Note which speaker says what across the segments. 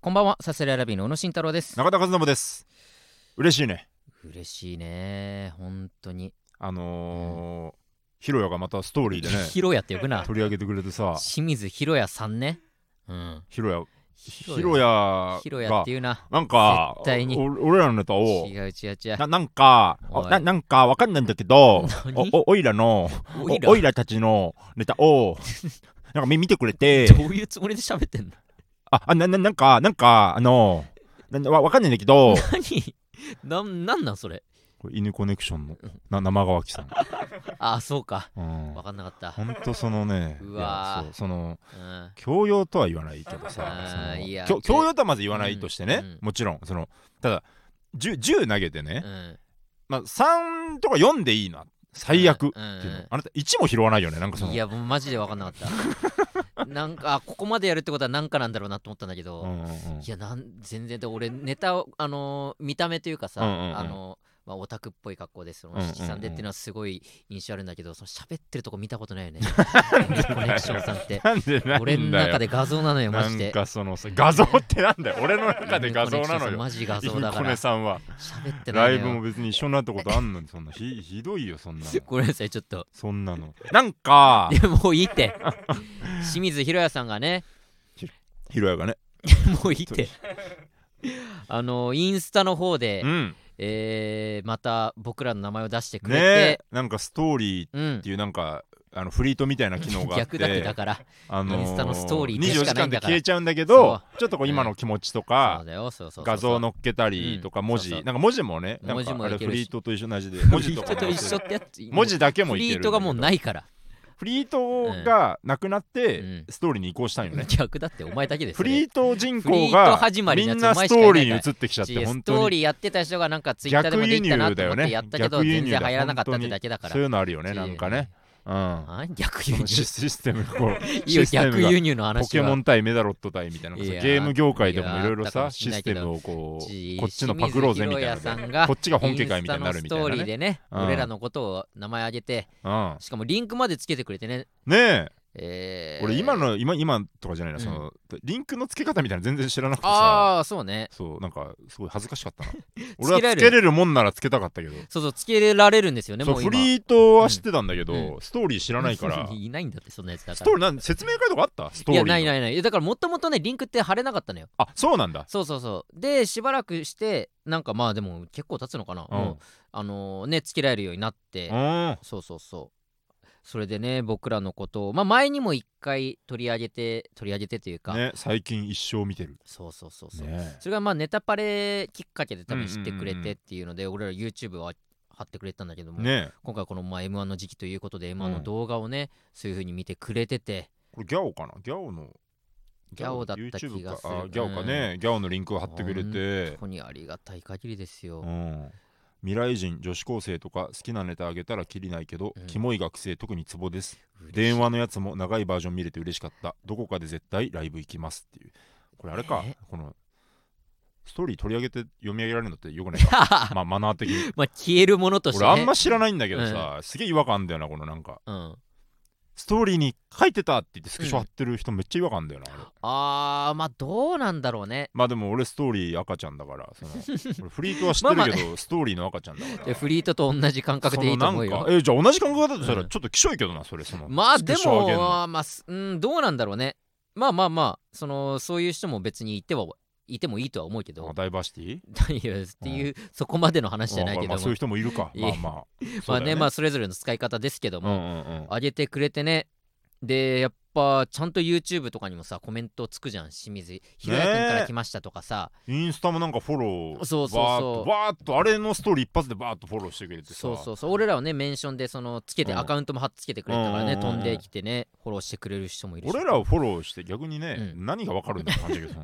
Speaker 1: こんばんはサスライラビーの小野慎太郎です
Speaker 2: 中田和伸です嬉しいね
Speaker 1: 嬉しいね本当に
Speaker 2: あのーヒロヤがまたストーリーでね
Speaker 1: ヒロヤってよ くな
Speaker 2: 取り上げてくれてさ
Speaker 1: 清水ヒロヤさんねうん
Speaker 2: ヒロヤヒ
Speaker 1: ヒ
Speaker 2: ロヤ
Speaker 1: ヒロヤっ
Speaker 2: が
Speaker 1: ていうな
Speaker 2: なんか
Speaker 1: 絶対に
Speaker 2: お俺らのネタを
Speaker 1: 違う違う違う
Speaker 2: ななんか
Speaker 1: おい
Speaker 2: ななんかわかんないんだけど
Speaker 1: 何
Speaker 2: おおおいらの
Speaker 1: おいら
Speaker 2: おおいらたちのネ タをなんかみ見てくれて
Speaker 1: どういうつもりで喋ってんの
Speaker 2: ああなななんかなんかあのななわわかんないんだけ ど
Speaker 1: 何なんなんなんそれ
Speaker 2: これ犬コネクションのな生川木さん、
Speaker 1: あそうか
Speaker 2: うん
Speaker 1: 分、かんなかった
Speaker 2: ほんとそのね
Speaker 1: うわー
Speaker 2: いやそうその
Speaker 1: うん
Speaker 2: 教養とは言わないけど
Speaker 1: あー
Speaker 2: さその
Speaker 1: いや
Speaker 2: 教教養とはまず言わないとしてね、
Speaker 1: うんうん
Speaker 2: もちろんそのただ 10, 10投げてね、
Speaker 1: うん
Speaker 2: まあ、3とか4でいいな最悪っていう
Speaker 1: うん
Speaker 2: の、
Speaker 1: うん
Speaker 2: あなた1も拾わないよねなんかその
Speaker 1: いやもうマジで分かんなか ったなんかあここまでやるってことはなんかなんだろうなと思ったんだけど、
Speaker 2: うんうんうん
Speaker 1: いやなん全然で俺ネタをあのー見た目というかさ、
Speaker 2: うんうんうん
Speaker 1: あのーまあ、オタクっぽい格好でそ
Speaker 2: うん
Speaker 1: の
Speaker 2: うんうん
Speaker 1: 七三でっていうのはすごい印象あるんだけど、その喋ってるとこ見たことないよ ねコネクションさんって
Speaker 2: なんでないんだよ
Speaker 1: 俺の中で画像なのよマジ
Speaker 2: なん
Speaker 1: で
Speaker 2: かそのさ画像ってなんだよ俺の中で画像な
Speaker 1: コネクショ
Speaker 2: の
Speaker 1: ンさん
Speaker 2: よ
Speaker 1: マジ画
Speaker 2: イ
Speaker 1: 像
Speaker 2: ン
Speaker 1: だか
Speaker 2: コネ
Speaker 1: ら
Speaker 2: さんは
Speaker 1: 喋ってな
Speaker 2: ラ
Speaker 1: い
Speaker 2: イ
Speaker 1: の
Speaker 2: ブも
Speaker 1: よ
Speaker 2: 別に一緒になったことあんのにそんなひひどいよそん なの
Speaker 1: ごめんなさいちょっと
Speaker 2: そんなのなんか
Speaker 1: いやもういいって清水宏也さんが ね
Speaker 2: ひろやがね
Speaker 1: もういいって あのーインスタの方で、
Speaker 2: うん
Speaker 1: えーまた僕らの名前を出してくれ
Speaker 2: ね
Speaker 1: て、
Speaker 2: えなんかストーリー
Speaker 1: うん
Speaker 2: っていうなんかあのフリートみたいな機能があって
Speaker 1: 逆だってだから
Speaker 2: あの
Speaker 1: インスタのストーリーでし
Speaker 2: 24
Speaker 1: かないん
Speaker 2: 時間
Speaker 1: だか
Speaker 2: で
Speaker 1: ら
Speaker 2: 消えちゃうんだけ
Speaker 1: そ
Speaker 2: どちょっとこう今の気持ちと
Speaker 1: そう
Speaker 2: か
Speaker 1: だよそうそうそうそう
Speaker 2: 画像乗っけたりとか
Speaker 1: うん
Speaker 2: 文
Speaker 1: そう
Speaker 2: 字
Speaker 1: そう
Speaker 2: なんか文字もねなん
Speaker 1: 文字
Speaker 2: か
Speaker 1: も
Speaker 2: あ
Speaker 1: いけるし
Speaker 2: れフリートと一緒同じで文字と
Speaker 1: フ
Speaker 2: か
Speaker 1: リートと一緒
Speaker 2: も
Speaker 1: ってやつ
Speaker 2: 文字だけも
Speaker 1: フ
Speaker 2: いけ
Speaker 1: リ
Speaker 2: る
Speaker 1: ートがもうないいから
Speaker 2: フリートがなくなっ
Speaker 1: う
Speaker 2: て
Speaker 1: ん
Speaker 2: ストーリーに移行したんよね
Speaker 1: 逆だってお前だけです
Speaker 2: フリート人
Speaker 1: フリ
Speaker 2: 口
Speaker 1: ート
Speaker 2: が
Speaker 1: 始まり
Speaker 2: み
Speaker 1: のやつ
Speaker 2: んな
Speaker 1: お前
Speaker 2: ス
Speaker 1: しか
Speaker 2: ト
Speaker 1: いないから
Speaker 2: ーリーに移ってきちゃって本
Speaker 1: ス
Speaker 2: 当
Speaker 1: トー
Speaker 2: に
Speaker 1: リーやってた人がなんかツイッターでもできたなと思ってやったけど
Speaker 2: 逆輸
Speaker 1: 全
Speaker 2: 入
Speaker 1: 然
Speaker 2: だ
Speaker 1: 流行らなかったってだけだか
Speaker 2: そうい
Speaker 1: ら
Speaker 2: うのあるよねなんかねうん
Speaker 1: あ逆
Speaker 2: そ
Speaker 1: 輸
Speaker 2: のシ
Speaker 1: 入
Speaker 2: システムがこう
Speaker 1: いいよ
Speaker 2: システム
Speaker 1: 逆
Speaker 2: が
Speaker 1: 輸入の
Speaker 2: ポ
Speaker 1: 話
Speaker 2: ケモ
Speaker 1: は
Speaker 2: ン対メダロット対みたいななんか
Speaker 1: いや
Speaker 2: さゲーム業界で
Speaker 1: い
Speaker 2: も
Speaker 1: や
Speaker 2: いろいろ
Speaker 1: あったかも
Speaker 2: さ
Speaker 1: しん
Speaker 2: シ
Speaker 1: ない
Speaker 2: ス
Speaker 1: け
Speaker 2: テ
Speaker 1: ど
Speaker 2: ムをこうこっち
Speaker 1: 清
Speaker 2: の
Speaker 1: 水
Speaker 2: パクろうぜみたいな
Speaker 1: 宏也さん
Speaker 2: さ
Speaker 1: が
Speaker 2: こっちが本家かいみたいになるみたいな
Speaker 1: インスタのストーリー
Speaker 2: ね
Speaker 1: でね
Speaker 2: うん
Speaker 1: 俺らのことを名前あげて
Speaker 2: うん
Speaker 1: しかもリンクまでつけてくれてね
Speaker 2: ね
Speaker 1: え
Speaker 2: え
Speaker 1: ー
Speaker 2: 俺今の今今とかじゃないな
Speaker 1: うん
Speaker 2: そのリンクの付け方みたいなの全然知らなくてさ
Speaker 1: ああそうね
Speaker 2: そうなんかすごい恥ずかしかった な
Speaker 1: ら
Speaker 2: 俺
Speaker 1: れ
Speaker 2: は
Speaker 1: る
Speaker 2: つけれるもんならつけたかったけど
Speaker 1: そうそうつけられるんですよね
Speaker 2: そ
Speaker 1: も
Speaker 2: う
Speaker 1: う
Speaker 2: フ
Speaker 1: 今
Speaker 2: リートは知ってたんだけ
Speaker 1: うん
Speaker 2: どストーリー知らないから
Speaker 1: いないんだってそんなやつだ
Speaker 2: ス
Speaker 1: か
Speaker 2: ト
Speaker 1: ら
Speaker 2: ーリーなん説明会とかあったストー
Speaker 1: い
Speaker 2: リー
Speaker 1: や
Speaker 2: の
Speaker 1: ないないないいやだからもともとねリンクって貼れなかったのよ
Speaker 2: あそうなんだ
Speaker 1: そうそうそうでしばらくしてなんかまあでも結構経つのかな、
Speaker 2: うん
Speaker 1: もうあのねつけられるようになって、
Speaker 2: うん
Speaker 1: そうそうそうそれでね僕らのことをまあ前にも一回取り上げて取り上げてというか、
Speaker 2: ね最近一生見てる
Speaker 1: そうそうそうそう、
Speaker 2: ね
Speaker 1: それがまあネタパレきっかけで多分知ってくれ
Speaker 2: うんうんうん
Speaker 1: て
Speaker 2: うん
Speaker 1: っていうので、俺ら YouTube は貼ってくれたんだけども、
Speaker 2: ね
Speaker 1: 今回このまあ M1 の時期ということで M1 の
Speaker 2: うん
Speaker 1: 動画をね、そういう風に見てくれてて
Speaker 2: これギャオかなギャオの
Speaker 1: ギャオだった気がする
Speaker 2: YouTube かあギャオかね、ギャオのリンクを貼ってくれて
Speaker 1: 本、当にありがたい限りですよ、
Speaker 2: うん、未来人女子高生とか好きなネタあげたらきりないけど、
Speaker 1: うん
Speaker 2: キモい学生特にツボです
Speaker 1: 嬉しい
Speaker 2: 電話のやつも長いバージョン見れて嬉しかったどこかで絶対ライブ行きますっていうこれあれか、
Speaker 1: え
Speaker 2: このストーリー取り上げて読み上げられるのってよく ないかまあマナー的に
Speaker 1: まあ消えるものとして、
Speaker 2: 俺
Speaker 1: ね、
Speaker 2: あんま知らないんだけどさ、すげえ違和感あんだよなこのなんか
Speaker 1: うん、
Speaker 2: ストーリーに書いてたって言ってスクショ貼ってる人めっちゃ違和感あんだよな、あれ
Speaker 1: あーまあどうなんだろうね
Speaker 2: まあでも俺ストーリー赤ちゃんだから その俺フリートは知ってるけどストーリーの赤ちゃんだから
Speaker 1: でフリートと同じ感覚でいいと思う
Speaker 2: そのなん
Speaker 1: よ
Speaker 2: かえじゃあ同じ感覚だとした
Speaker 1: う
Speaker 2: ら
Speaker 1: ん
Speaker 2: ちょっときしょいけどなそれその
Speaker 1: まあ
Speaker 2: ス
Speaker 1: で
Speaker 2: クショ上げんの
Speaker 1: もまあすうんどうなんだろうねまあまあまあそのそういう人も別にいてはいてもいいとは思うけど
Speaker 2: あダイバーシティ
Speaker 1: いやっていうそこまでの話じゃないけ
Speaker 2: ま
Speaker 1: ど
Speaker 2: あ
Speaker 1: も
Speaker 2: そういう人もいるか
Speaker 1: い
Speaker 2: ま
Speaker 1: や
Speaker 2: あまあ
Speaker 1: まあねま
Speaker 2: あ
Speaker 1: あそれぞれの使い方ですけど
Speaker 2: うんう
Speaker 1: も、
Speaker 2: んうん
Speaker 1: 上げてくれてねでやっぱちゃんと YouTube とかにもさコメントつくじゃん清水ひろやくんから来ましたとかさ、
Speaker 2: インスタもなんかフォロー
Speaker 1: そうそうそう
Speaker 2: バーッとバーッとあれのストーリー一発でバーッとフォローしてくれてさ
Speaker 1: そうそうそう俺らはねメンションでそのつけて、
Speaker 2: うん
Speaker 1: アカウントも貼っつけてくれたからね、
Speaker 2: うんうんうん
Speaker 1: 飛
Speaker 2: うん
Speaker 1: んできてねフォローしてくれる人もいるし
Speaker 2: 俺らをフォローして逆にね、
Speaker 1: う
Speaker 2: 何がわかるんだって感じだ けど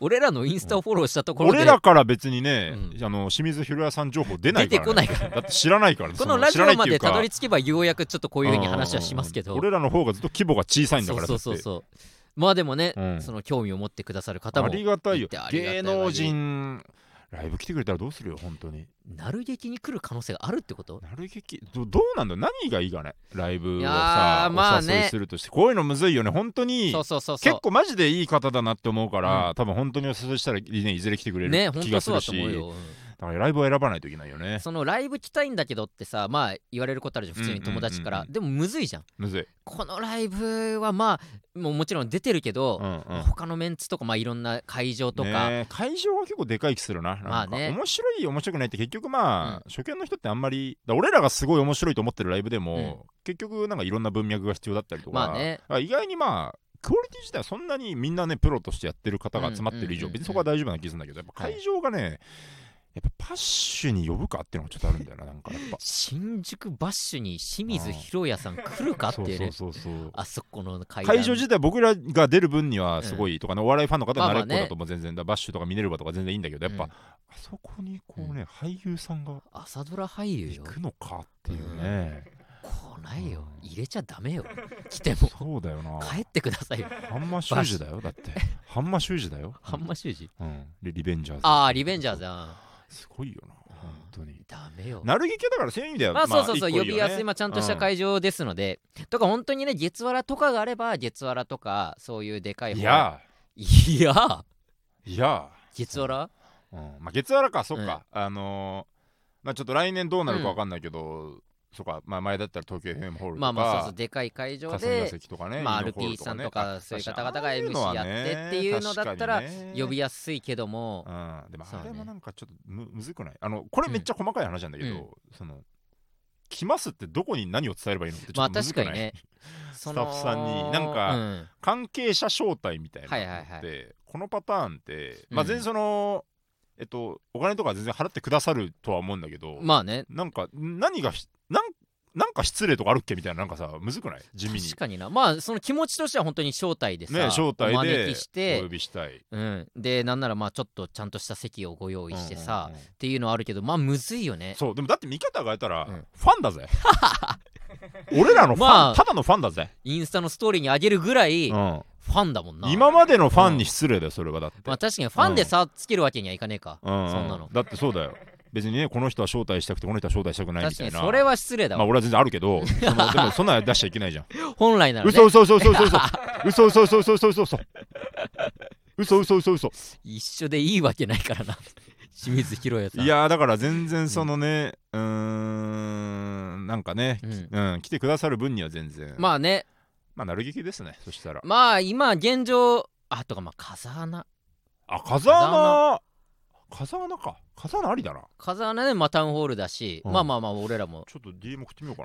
Speaker 1: 俺らのインスタをフォローしたところで、
Speaker 2: 俺らから別にね、
Speaker 1: うん
Speaker 2: あの清水ひろやさん情報出ない
Speaker 1: 出
Speaker 2: か
Speaker 1: て
Speaker 2: ら、ね、
Speaker 1: こないから
Speaker 2: だって知らないから
Speaker 1: こ
Speaker 2: そ
Speaker 1: の
Speaker 2: の
Speaker 1: ラ
Speaker 2: 知
Speaker 1: ジ
Speaker 2: らない
Speaker 1: オ
Speaker 2: って
Speaker 1: ま
Speaker 2: いう
Speaker 1: で
Speaker 2: か
Speaker 1: たどり着けばようやくちょっとこういうふうに話はしますけど
Speaker 2: うんうんうん俺らの方がずっと規模が小さいんだから
Speaker 1: そうそうそう
Speaker 2: だ
Speaker 1: そうまあでもね、
Speaker 2: うん
Speaker 1: その興味を持ってくださる方
Speaker 2: ってあ
Speaker 1: も
Speaker 2: りがたいよ
Speaker 1: だってありがたい
Speaker 2: 芸能人ライブ来てくれたらどうするよ本当に
Speaker 1: なる劇に来る可能性があるってこと
Speaker 2: なる劇どどうなんだ何がいいかねライブを
Speaker 1: いや
Speaker 2: さ
Speaker 1: ーまあね
Speaker 2: お誘いするとしてこういうのむずいよね本当に
Speaker 1: そうそうそうそう
Speaker 2: 結構マジでいい方だなって思うから、多分本当にお誘いしたら、ね、いずれ来てくれ
Speaker 1: ね
Speaker 2: る
Speaker 1: 本
Speaker 2: 気
Speaker 1: 当
Speaker 2: がす
Speaker 1: そう
Speaker 2: る
Speaker 1: だ
Speaker 2: し、
Speaker 1: と思うよ、
Speaker 2: だからライブを選ばないといけないよ
Speaker 1: うん
Speaker 2: ね
Speaker 1: そのライブ来たいんだけどってさまあ言われることあるじゃん普通に友達から、
Speaker 2: うんうん
Speaker 1: でもむずいじゃん
Speaker 2: むずい、
Speaker 1: このライブはまあもうもちろん出てるけど、
Speaker 2: うんうん
Speaker 1: 他のメンツとか、まあ、いろんな会場とか、
Speaker 2: ねえ会場は結構でかい気するななんか、
Speaker 1: まあね
Speaker 2: 面白い面白くないって結局まあ、初見の人ってあんまりだ俺らがすごい面白いと思ってるライブでも、
Speaker 1: うん
Speaker 2: 結局なんかいろんな文脈が必要だったりとか、
Speaker 1: まあね
Speaker 2: だから意外にまあクオリティ自体はそんなにみんなねプロとしてやってる方が集まってる以
Speaker 1: うんうんうん
Speaker 2: 上、
Speaker 1: うん
Speaker 2: 別にそこは大丈夫な気がするんだけどやっぱ会場がね、やっぱパッシュに呼ぶかっていうのがちょっとあるんだよななんかやっ ぱ
Speaker 1: 新宿バッシュに清水宏也さん来るかって
Speaker 2: そ
Speaker 1: いううね
Speaker 2: そうそうそう
Speaker 1: あそこの階段
Speaker 2: 会場自体僕らが出る分にはすごいとかね、お笑いファンの方
Speaker 1: まあま
Speaker 2: 慣れ
Speaker 1: あ
Speaker 2: っこだともう全然だ、バッシュとかミネルヴァとか全然いいんだけどやっぱ、
Speaker 1: うん
Speaker 2: あそこにこうね、俳優さんが
Speaker 1: 朝ドラ俳優
Speaker 2: 行
Speaker 1: よ
Speaker 2: くのかっていうね、
Speaker 1: 来ないよ
Speaker 2: うん
Speaker 1: 入れちゃダメよ来ても
Speaker 2: そうだよな
Speaker 1: 帰ってくださいよ
Speaker 2: ハンマー修士 だよだってハンマー修士だよ
Speaker 1: ハンマ修二
Speaker 2: うんでリベンジャーズ
Speaker 1: ああリベンジャーズだ
Speaker 2: すごいよな本当に
Speaker 1: ダメよ
Speaker 2: なる劇はだからそういう意味では
Speaker 1: まあそうそうそう、
Speaker 2: 一個
Speaker 1: 呼びやすい、
Speaker 2: よね
Speaker 1: まあ、ちゃんとした会場ですので、とか本当にね月わらとかがあれば月わらとかそういうでかい
Speaker 2: うん
Speaker 1: 方
Speaker 2: いや
Speaker 1: いや
Speaker 2: いや
Speaker 1: 月わら
Speaker 2: うんまあ、月原かそっか、あのーまあちょっと来年どうなるかわかんないけど、そっか、まあ、前だったら東京 FM ホールとか、
Speaker 1: まあまあそうそうでかい会場
Speaker 2: 霞ヶ
Speaker 1: で
Speaker 2: 関とかね、
Speaker 1: まあ
Speaker 2: イノホール
Speaker 1: RP さんとか
Speaker 2: あ
Speaker 1: そういう
Speaker 2: 確
Speaker 1: 方々が
Speaker 2: にああいうのは
Speaker 1: MC やってっていうのだったら
Speaker 2: 確かにね
Speaker 1: 呼びやすいけども、
Speaker 2: うん、でもあ
Speaker 1: そ
Speaker 2: れ
Speaker 1: うね
Speaker 2: もなんかちょっとむむずくないあのこれめっちゃ細かい話なんだけど、
Speaker 1: うん
Speaker 2: その来ますってどこに何を伝えればいいのってちょ
Speaker 1: ま
Speaker 2: っ
Speaker 1: あ
Speaker 2: とむず
Speaker 1: 確
Speaker 2: くな
Speaker 1: か
Speaker 2: い、
Speaker 1: にね
Speaker 2: タッフさんになんか
Speaker 1: うん
Speaker 2: 関係者招待みたいなのって、
Speaker 1: はいはいは
Speaker 2: このパターンって、まあ、
Speaker 1: うん
Speaker 2: 全然その、えっとお金とか全然払ってくださるとは思うんだけど、
Speaker 1: まあね
Speaker 2: なんか何がしなんなんか失礼とかあるっけみたいななんかさむずくない地味に
Speaker 1: 確かになまあその気持ちとしては本当に招待でさ、
Speaker 2: ね招待で
Speaker 1: お招きし
Speaker 2: お
Speaker 1: て
Speaker 2: 呼、びしたい
Speaker 1: うん、でなんならまあちょっとちゃんとした席をご用意してさ、
Speaker 2: うんうんうん
Speaker 1: っていうのはあるけどまあむずいよね
Speaker 2: そうでもだって見方変えたら、
Speaker 1: うん
Speaker 2: ファン だぜ俺らのファン、
Speaker 1: まあ
Speaker 2: ただのファンだぜ、
Speaker 1: インスタのストーリーに上げるぐらい
Speaker 2: うん
Speaker 1: ファンだもんな、
Speaker 2: 今までのファンに失礼だよそれはだって、
Speaker 1: まあ確かにファンで差つけるわけにはいかねえか、
Speaker 2: うんうん
Speaker 1: そんなの
Speaker 2: だってそうだよ別にねこの人は招待したくてこの人は招待したくないみ
Speaker 1: 確
Speaker 2: た
Speaker 1: か
Speaker 2: い
Speaker 1: に
Speaker 2: な
Speaker 1: それは失礼だ
Speaker 2: まあ
Speaker 1: わ、
Speaker 2: 俺は全然あるけどそ のでもそんなの出しちゃいけないじゃん
Speaker 1: 本来ならね
Speaker 2: 嘘嘘嘘嘘嘘嘘嘘嘘嘘嘘嘘嘘嘘嘘嘘嘘
Speaker 1: 一緒でいいわけないから な清水宏也さん
Speaker 2: いやーだから全然そのねうーんなんかね
Speaker 1: うん
Speaker 2: うん来てくださる分には全然ま
Speaker 1: まあね
Speaker 2: あなる劇ですねそしたら
Speaker 1: まあ今現状あとかまあ風穴
Speaker 2: あ風穴風穴か風穴ありだな
Speaker 1: 風穴でまあタウンホールだし、
Speaker 2: うん
Speaker 1: まあまあまあ俺らも
Speaker 2: ちょっと DM 送ってみようか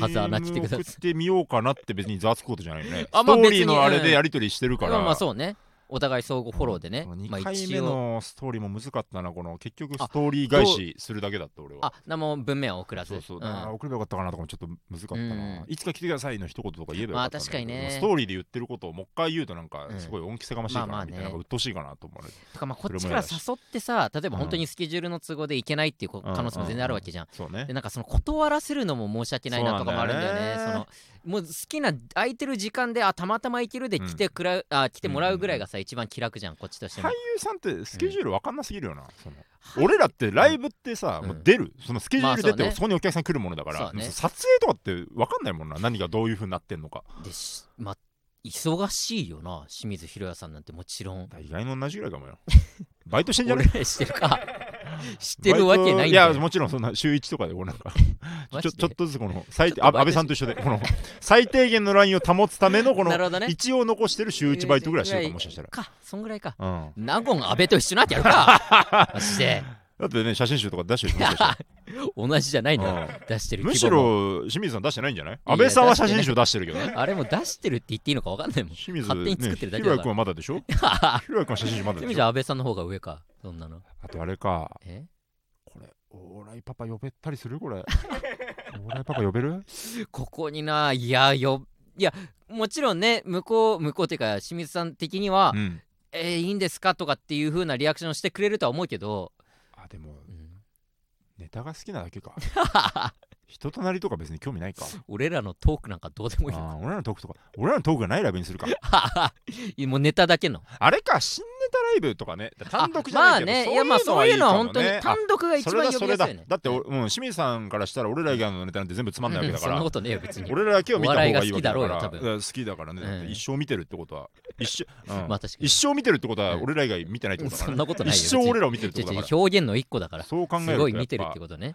Speaker 1: 風穴来てください
Speaker 2: DM 送ってみようかなって別にざわつくことじゃないよね
Speaker 1: あ
Speaker 2: ス
Speaker 1: まあ
Speaker 2: ト
Speaker 1: 別に
Speaker 2: ーリーのあれでやり取りしてるから
Speaker 1: まあまあそうねお互い相互フォローでね、まあ
Speaker 2: 2回
Speaker 1: 一
Speaker 2: 目
Speaker 1: 応
Speaker 2: のストーリーも難かったなこの結局ストーリー返しするだけだった俺は
Speaker 1: あ何も文面は送らず
Speaker 2: そうそう、
Speaker 1: ん
Speaker 2: あー送ればよかったかなとかもちょっと難かったな、
Speaker 1: うん
Speaker 2: いつか来てくださいの一言とか言えばよかったんだけ
Speaker 1: まあ確か
Speaker 2: ど
Speaker 1: にね
Speaker 2: ストーリーで言ってることをもう一回言うとなんか
Speaker 1: うん
Speaker 2: すごい恩着せがましい
Speaker 1: まあ
Speaker 2: か
Speaker 1: ま
Speaker 2: な
Speaker 1: あ
Speaker 2: み
Speaker 1: ね
Speaker 2: たいななんか鬱陶しいかなと思われて、
Speaker 1: とかまあこ
Speaker 2: それ
Speaker 1: っ
Speaker 2: も
Speaker 1: ち
Speaker 2: 嫌
Speaker 1: か
Speaker 2: だ
Speaker 1: ら
Speaker 2: し
Speaker 1: 誘ってさ例えば本当にスケジュールの都合で行けないっていうこ
Speaker 2: うん
Speaker 1: 可能性も全然あるわけじゃん。
Speaker 2: そうね
Speaker 1: でなんかその断らせるのも申し訳ないなとかもあるんだよね。そ
Speaker 2: そうなんだよね
Speaker 1: のもう好きな空いてる時間であたまたま行けるで来てくら、あ来てもらうぐらいがさ、一番気楽じゃんこっちとしても
Speaker 2: 俳。優さんってスケジュール分かんなすぎるよな、その
Speaker 1: はい
Speaker 2: 俺らってライブってさ、
Speaker 1: うん
Speaker 2: もう出るそのスケジュール
Speaker 1: ま
Speaker 2: 出て、
Speaker 1: あそうね
Speaker 2: そこにお客さん来るものだから、
Speaker 1: そうね
Speaker 2: 撮影とかって分かんないもんな何がどういうふうになってんのか
Speaker 1: でしまあ忙しいよな清水宏也さんなんてもちろん。
Speaker 2: 意外の同じぐらいか もよバイトしてんじゃね
Speaker 1: 俺らしてるか してるわけないん
Speaker 2: い
Speaker 1: だ
Speaker 2: や
Speaker 1: よ。
Speaker 2: もちろんそんな週一とかでこうなんか
Speaker 1: マ
Speaker 2: ちょ
Speaker 1: ジで
Speaker 2: ちょっとずつこの最低
Speaker 1: ちょっ
Speaker 2: あ
Speaker 1: と
Speaker 2: 安倍さんと一緒でこの 最低限のラインを保つためのこ
Speaker 1: なる
Speaker 2: の
Speaker 1: ほどね。
Speaker 2: 一応残してる週一バイトぐらいしてるかももしかしたら、
Speaker 1: かそ んぐらいか。
Speaker 2: うん、
Speaker 1: 納言安倍と一緒なってやるか マジで
Speaker 2: だってね写真集とか出してるしもしかしたら
Speaker 1: 同じじ ゃないんだ、
Speaker 2: うん
Speaker 1: 出して る
Speaker 2: むし
Speaker 1: 規模も
Speaker 2: ろ清水さん出してないんじゃない安倍さんは写真集出してるけどね
Speaker 1: あれも出してるって言っていいのか分かんないもん
Speaker 2: 清水
Speaker 1: 勝手に作ってるだけ
Speaker 2: ね、ひ
Speaker 1: だ
Speaker 2: ろや
Speaker 1: か
Speaker 2: くん
Speaker 1: ら
Speaker 2: はまだでしょ ひろやくんは写真集ま
Speaker 1: そういう意
Speaker 2: だで
Speaker 1: 味
Speaker 2: し
Speaker 1: じゃ
Speaker 2: ょ
Speaker 1: 安倍さんの方が上かそんなの
Speaker 2: あとあれか
Speaker 1: え
Speaker 2: これオーライパパ呼べたりす るこれオーライパパ呼べる
Speaker 1: ここにないやよいやもちろんね向こう向こうっていうか清水さん的には、
Speaker 2: うん
Speaker 1: えーいいんですかとかっていう風なリアクションをしてくれるとは思うけど、
Speaker 2: あでも
Speaker 1: うん
Speaker 2: ネタが好きなだ けか人となりとか別に興味ないか
Speaker 1: 俺らのトークなんかどうでもいいの
Speaker 2: あー俺らのトークとか俺らのトークがないライブにするか
Speaker 1: もうネタだけの
Speaker 2: あれか新ネタライブとかね単独じ
Speaker 1: ま
Speaker 2: ゃ
Speaker 1: あ
Speaker 2: ない
Speaker 1: ね
Speaker 2: け
Speaker 1: い
Speaker 2: ど、
Speaker 1: やまあそういうのは本当に
Speaker 2: いいかもね
Speaker 1: 単独が
Speaker 2: あ
Speaker 1: 一
Speaker 2: それ
Speaker 1: 番
Speaker 2: だ
Speaker 1: 呼
Speaker 2: そ
Speaker 1: びや
Speaker 2: れ
Speaker 1: すい
Speaker 2: だ
Speaker 1: よね
Speaker 2: だって俺、うん、清水さんからしたら俺ら以外のネタなんて全部つまんないわけだか
Speaker 1: うんそん
Speaker 2: ら
Speaker 1: なことねえよ別に
Speaker 2: 俺らだけを見た方がいいわけだか
Speaker 1: お笑いが好きだろうよ多
Speaker 2: らい
Speaker 1: 分
Speaker 2: や好きだからね、だって
Speaker 1: うん
Speaker 2: 一生見てるってことは一生、う ん
Speaker 1: まあ確かに
Speaker 2: 一生見てるってことは
Speaker 1: うん
Speaker 2: 俺ら以外見てないってことだ
Speaker 1: そ
Speaker 2: か
Speaker 1: ん
Speaker 2: ら、
Speaker 1: なことないよ
Speaker 2: 一生俺らを見てるって
Speaker 1: 別
Speaker 2: こと
Speaker 1: に
Speaker 2: だ
Speaker 1: 違う
Speaker 2: か
Speaker 1: 違う表現の一個だから
Speaker 2: らそう考えると
Speaker 1: すごい見てるって
Speaker 2: こ
Speaker 1: ことね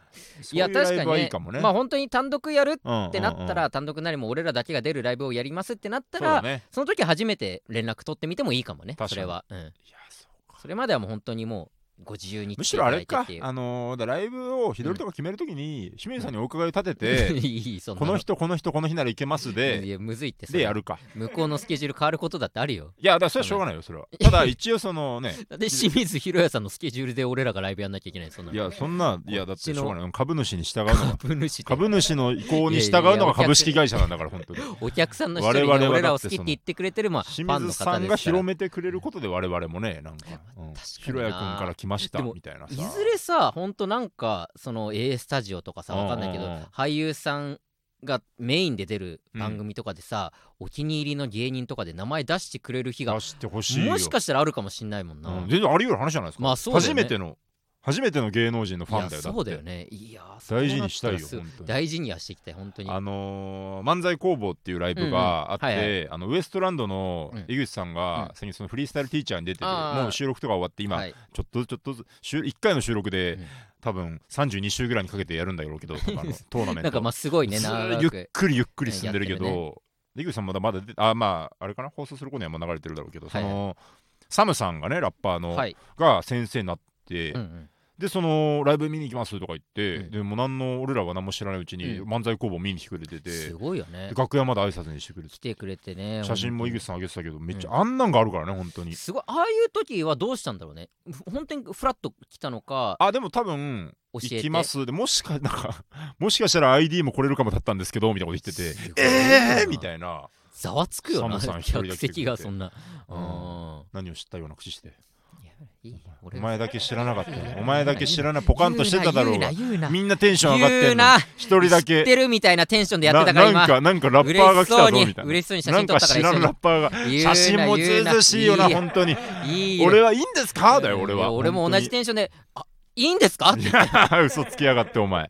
Speaker 2: と
Speaker 1: いや確かに
Speaker 2: い
Speaker 1: ね
Speaker 2: いかもね
Speaker 1: まあ本当に単独やるっ
Speaker 2: あ
Speaker 1: てなったら、単独なりも俺らだけが出るライブをやりますってなった
Speaker 2: そうだ
Speaker 1: ら
Speaker 2: ね
Speaker 1: その時初めて連絡取ってみてもいいかもね
Speaker 2: 確かに
Speaker 1: それはうん
Speaker 2: いやそうか
Speaker 1: それまではもう本当にもうご自由に
Speaker 2: むしろあ
Speaker 1: 来てい
Speaker 2: れ
Speaker 1: ただい
Speaker 2: か
Speaker 1: てっていう
Speaker 2: あのーだからライブを日取りとか決めるときに、清水さんにお伺いを立てて、
Speaker 1: いいそんな
Speaker 2: この人この人この日なら行けます
Speaker 1: い
Speaker 2: で、
Speaker 1: やむずいってそれ
Speaker 2: でやるか
Speaker 1: 向こうのスケジュール変わることだってあるよ
Speaker 2: いやだからそれはしょうがないよそれはただ一応その ね
Speaker 1: だって清水博也さんのスケジュールで俺らがライブやんなきゃいけないそんない
Speaker 2: やそんないやだってしょうがない株主に従うの は
Speaker 1: 株主で
Speaker 2: 株主の意向に従うのが株式会社なんだから本当に
Speaker 1: お客さんの一人に
Speaker 2: 我々はだって
Speaker 1: 俺らを好きって言ってくれてるまあフ
Speaker 2: 清
Speaker 1: ァン
Speaker 2: 水
Speaker 1: の方
Speaker 2: さん
Speaker 1: で
Speaker 2: が
Speaker 1: すから
Speaker 2: 広めてくれることで我々もねなんかうん
Speaker 1: 確かにな
Speaker 2: ひろやくんから来ました
Speaker 1: でも
Speaker 2: みたいないさ
Speaker 1: ずれさほんとなんかその A スタジオとかさわかんないけど
Speaker 2: うんうんうん
Speaker 1: 俳優さんがメインで出る番組とかでさ、お気に入りの芸人とかで名前出してくれる日が
Speaker 2: 出してほしいよ
Speaker 1: もしかしたらあるかもしんないもんな、
Speaker 2: うん全然あり得る話じゃないですか
Speaker 1: まあそうだよ
Speaker 2: 初
Speaker 1: ね
Speaker 2: めての初めての芸能人のファンだよ
Speaker 1: いやそうだ
Speaker 2: っ
Speaker 1: よ
Speaker 2: て
Speaker 1: ねいやー
Speaker 2: 大事にしたいよ
Speaker 1: そうなったらす
Speaker 2: 本当に
Speaker 1: 大事にはしていきたい本当に
Speaker 2: あのー漫才工房っていうライブがあっ
Speaker 1: うんうんはい
Speaker 2: てあのウエストランドの
Speaker 1: うん
Speaker 2: 江口さん
Speaker 1: う
Speaker 2: が
Speaker 1: ん
Speaker 2: 先日そのフリースタイルティーチャーに出てて
Speaker 1: あー
Speaker 2: もう収録とか終わって今
Speaker 1: は
Speaker 2: ち
Speaker 1: い
Speaker 2: ょっとずつちょっとずつ収1回の収録で
Speaker 1: うん
Speaker 2: 多分32週ぐらいにかけてやるんだろうけど多 分あのトーナメント
Speaker 1: なんかまあすごいね
Speaker 2: ず
Speaker 1: 長
Speaker 2: ーゆっ
Speaker 1: く
Speaker 2: くりゆっくり進んでるけ
Speaker 1: やって
Speaker 2: ど江口さんまだまだ出てあまああれかな放送する頃にはもう流れてるだろうけど
Speaker 1: は
Speaker 2: そ
Speaker 1: い
Speaker 2: のサムさんがねラッパーの
Speaker 1: はい、
Speaker 2: が先生になって
Speaker 1: うんうん
Speaker 2: でそのライブ見に行きますとか言って、
Speaker 1: うん
Speaker 2: でもう何の俺らは何も知らないうちに
Speaker 1: うん
Speaker 2: 漫才工房見に来てくれてて、
Speaker 1: す
Speaker 2: で
Speaker 1: ごいよね
Speaker 2: 楽屋まで挨拶にしてくれて
Speaker 1: 来てくれてね
Speaker 2: 写真も
Speaker 1: 本
Speaker 2: 井
Speaker 1: 当に
Speaker 2: 口さんあげてたけどめっちゃ、
Speaker 1: うん
Speaker 2: あんなんがあるからね本当に
Speaker 1: すごいああいう時はどうしたんだろうねふ本当にフラッと来たのか
Speaker 2: あでも多分
Speaker 1: 教えて
Speaker 2: 行きますでもしかなん かもしかしたら ID も来れるかもだったんですけどみたいなこと言って
Speaker 1: すご
Speaker 2: て
Speaker 1: いな
Speaker 2: えーみたいな
Speaker 1: ざわつくよな
Speaker 2: サムさん一人で
Speaker 1: 客席がそんな
Speaker 2: う
Speaker 1: うん
Speaker 2: 何を知ったような口して
Speaker 1: いやいい
Speaker 2: お
Speaker 1: 俺
Speaker 2: 前だけ知らなかったよお前だけ知らないポカンとしてただろう
Speaker 1: 言うな
Speaker 2: が
Speaker 1: 言うな
Speaker 2: みんなテンション上がって
Speaker 1: 言うん
Speaker 2: の
Speaker 1: な
Speaker 2: 一人だ
Speaker 1: 知っ
Speaker 2: け
Speaker 1: てるみたいなテンションでやってたから
Speaker 2: な
Speaker 1: 今
Speaker 2: なんかなんかラッパーが来たぞみた
Speaker 1: 嬉しそ
Speaker 2: いな
Speaker 1: うに嬉しそうに写
Speaker 2: なん
Speaker 1: 真撮
Speaker 2: か
Speaker 1: ったから一
Speaker 2: 知
Speaker 1: 緒
Speaker 2: らん
Speaker 1: に
Speaker 2: ラッパーが
Speaker 1: 言うな
Speaker 2: 写真もずうずうしいよな
Speaker 1: 言う
Speaker 2: 本当に
Speaker 1: いいよ
Speaker 2: 俺はいいんですかだよ俺は
Speaker 1: 俺も同じ
Speaker 2: で
Speaker 1: テンションであいいんですかって言っ
Speaker 2: 嘘つきやがってお前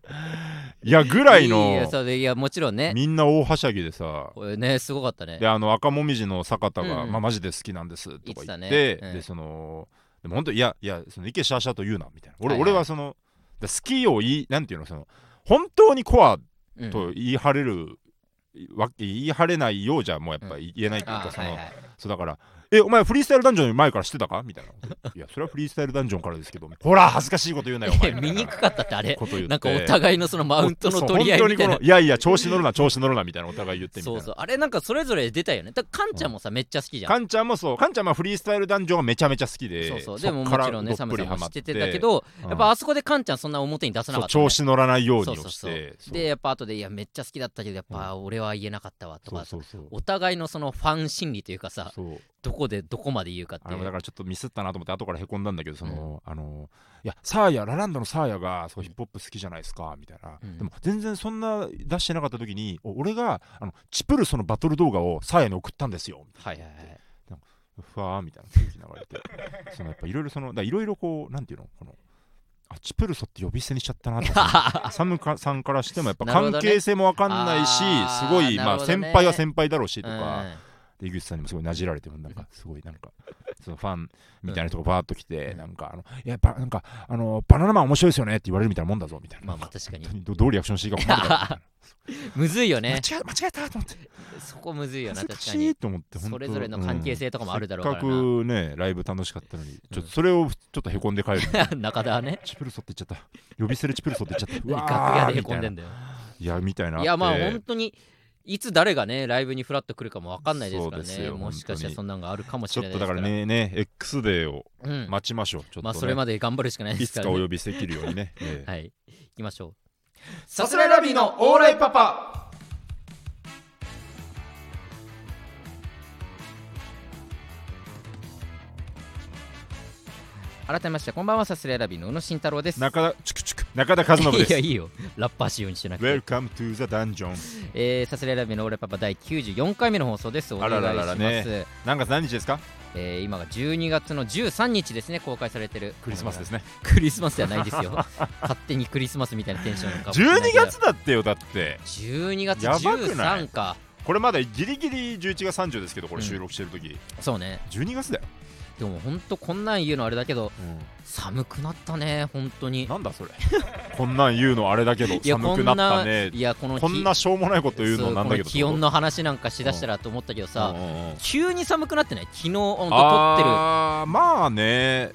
Speaker 2: いやぐら
Speaker 1: て
Speaker 2: い
Speaker 1: いや
Speaker 2: の
Speaker 1: そうでいやもちろんね
Speaker 2: みんな大はしゃぎでさ
Speaker 1: これねすごかったね
Speaker 2: であの赤もみじの坂田が
Speaker 1: うん
Speaker 2: まあマジで好きなんですとか言
Speaker 1: 言っ
Speaker 2: っ
Speaker 1: て
Speaker 2: て
Speaker 1: たねうん
Speaker 2: でそのでも本当いやいやその池シャーシャーと言うなみたいな俺
Speaker 1: はいはい
Speaker 2: 俺はそのだ好きを言いなんていうのその本当にコア
Speaker 1: うん
Speaker 2: と言い張れるわ言い張れないようじゃもうやっぱ言えないという
Speaker 1: あ
Speaker 2: かそ
Speaker 1: はい
Speaker 2: の
Speaker 1: はい
Speaker 2: そうだから、え、お前フリースタイルダンジョンより前から知ってたかみたいな。 いや、それはフリースタイルダンジョンからですけど、ほら、恥ずかしいこと言うなよ、お
Speaker 1: い
Speaker 2: 前。
Speaker 1: や見に
Speaker 2: みた
Speaker 1: くかったってあ
Speaker 2: いな
Speaker 1: れ
Speaker 2: こと言って。
Speaker 1: なんかお互いのそのマウントの取り合い
Speaker 2: そう
Speaker 1: みたいな
Speaker 2: 本当にこのいやいや、調子乗るな、調子乗るな、みたいな、お互い言ってみた
Speaker 1: そ
Speaker 2: い
Speaker 1: う
Speaker 2: な。
Speaker 1: そうあれなんかそれぞれ出たよねだからカンちゃんもさめっちゃ好きじゃん
Speaker 2: カンちゃんもそう、カンちゃんはフリースタイルダンジョンがめちゃめちゃ好きで、
Speaker 1: そうそう
Speaker 2: そ
Speaker 1: で
Speaker 2: っ
Speaker 1: も
Speaker 2: か
Speaker 1: も
Speaker 2: ら
Speaker 1: ちろんねサ
Speaker 2: ど
Speaker 1: ム
Speaker 2: っ
Speaker 1: さ
Speaker 2: ぷり
Speaker 1: んも知
Speaker 2: ハマ
Speaker 1: ってたけ、ど
Speaker 2: うん
Speaker 1: やっぱあそこでカンちゃんそんな表に出さな
Speaker 2: そ
Speaker 1: かっ
Speaker 2: う
Speaker 1: たね
Speaker 2: 調子乗らないようにを
Speaker 1: そう
Speaker 2: し
Speaker 1: そうそう
Speaker 2: て、そう
Speaker 1: でやっぱ後でいやめっちゃ好きだったけどやっぱ俺は言えなかったわと
Speaker 2: そう
Speaker 1: か
Speaker 2: そうそう。
Speaker 1: お互いのそのファン心理というかさ
Speaker 2: そう
Speaker 1: どこでどこまで言うかって
Speaker 2: あ
Speaker 1: い
Speaker 2: れもだ
Speaker 1: う
Speaker 2: からちょっとミスったなと思って後からへこんだんだけどその、あのいやサーヤラランドのサーヤがそうヒップホップ好きじゃないですかみたいな、
Speaker 1: うん
Speaker 2: でも全然そんな出してなかった時にお俺があのチプルソのバトル動画をサーヤに送ったんですよみたい
Speaker 1: はいはいはい
Speaker 2: なふわーみたいな空気流れて そのやっぱいろいろそのいろいろこうなんていうのこのあチプルソって呼び捨てにしちゃったなとか サムカさんからしてもやっぱ
Speaker 1: なるほ
Speaker 2: 関
Speaker 1: どね
Speaker 2: 係性もわかんないし、
Speaker 1: あ
Speaker 2: す
Speaker 1: ー
Speaker 2: ごい、
Speaker 1: な
Speaker 2: ま
Speaker 1: る
Speaker 2: あ
Speaker 1: ほど
Speaker 2: 先
Speaker 1: ね
Speaker 2: 輩は先輩だろうしと
Speaker 1: うん
Speaker 2: か、で井口さんにもすごいなじられてもなんかすごいなんかそのファンみたいなとこバーっと来て
Speaker 1: うん
Speaker 2: なんかあのいやばなんかあのバナナマン面白いですよねって言われるみたいなもんだぞみたいな。
Speaker 1: まあまあ確かに
Speaker 2: 本当にどどうリアクションしていいか分かんなかったみ
Speaker 1: むずいよ
Speaker 2: たいな
Speaker 1: ね
Speaker 2: 間違え間違えたと思って
Speaker 1: そこむずいよな
Speaker 2: 恥ず
Speaker 1: 確
Speaker 2: か
Speaker 1: か
Speaker 2: し
Speaker 1: に
Speaker 2: いと思って本当
Speaker 1: それぞれの関係性とかもあるだろうからな
Speaker 2: せっかくねライブ楽しかったのにちょっとそれをちょっとへこんで帰る
Speaker 1: 中田はね
Speaker 2: チプルソって言っちゃった呼び捨てでチプルソって言っちゃったうわ
Speaker 1: 楽
Speaker 2: ー
Speaker 1: 屋でへこんでん
Speaker 2: み
Speaker 1: だよ
Speaker 2: たいないやみたいない
Speaker 1: やまあ
Speaker 2: って
Speaker 1: 本当にいつ誰がねライブにフラッと来るかもわかんないですから
Speaker 2: そうです
Speaker 1: ね
Speaker 2: よ
Speaker 1: もしかしたらそんなのがあるかもし
Speaker 2: ち
Speaker 1: れ
Speaker 2: ょ
Speaker 1: な
Speaker 2: っ
Speaker 1: い
Speaker 2: と
Speaker 1: です
Speaker 2: だ
Speaker 1: か
Speaker 2: かららねね X デーを
Speaker 1: うん
Speaker 2: 待ちましょうちょっとね
Speaker 1: まあそれまで頑張るしかないで
Speaker 2: い
Speaker 1: す
Speaker 2: つ
Speaker 1: か
Speaker 2: からお
Speaker 1: ね
Speaker 2: 呼びできるようにねええ
Speaker 1: はい行きましょう
Speaker 3: さすらいラビーのオーライパパ
Speaker 1: 改めましてこんばんはさすらいラビーの宇野慎太郎です
Speaker 2: 中田チクチク中田和信で
Speaker 1: いや
Speaker 2: す
Speaker 1: いいよラッパー仕様にしなくて、
Speaker 2: Welcome to the dungeon
Speaker 1: えー、サスレラビのオーレパパ第94回目の放送ですお
Speaker 2: あ
Speaker 1: 願い
Speaker 2: ら
Speaker 1: します
Speaker 2: らららね何月何日ですか
Speaker 1: えー今が12月の13日ですね公開されてる
Speaker 2: クリスマスですね
Speaker 1: クリスマスじゃないです よ勝手にクリスマスみたいなテンションかもしれ
Speaker 2: 12
Speaker 1: ないけど
Speaker 2: 月だってよだって
Speaker 1: 12月
Speaker 2: やばくない
Speaker 1: 13か
Speaker 2: これまだギリギリ11月30ですけどこれ
Speaker 1: うん
Speaker 2: 収録してる時、
Speaker 1: そうね
Speaker 2: 12月だよ、
Speaker 1: でも本当こんなん言うのあれだけど寒くなったね本当に
Speaker 2: なんだそれこんなん言うのあれだけど寒くなったね
Speaker 1: いやこの
Speaker 2: こんなしょうもないこと言うのなんだ
Speaker 1: そうこの
Speaker 2: けど
Speaker 1: 気温の話なんかしだしたらと思ったけどさ、
Speaker 2: うんうんうん
Speaker 1: 急に寒くなってない昨日温度取ってる
Speaker 2: あーまあね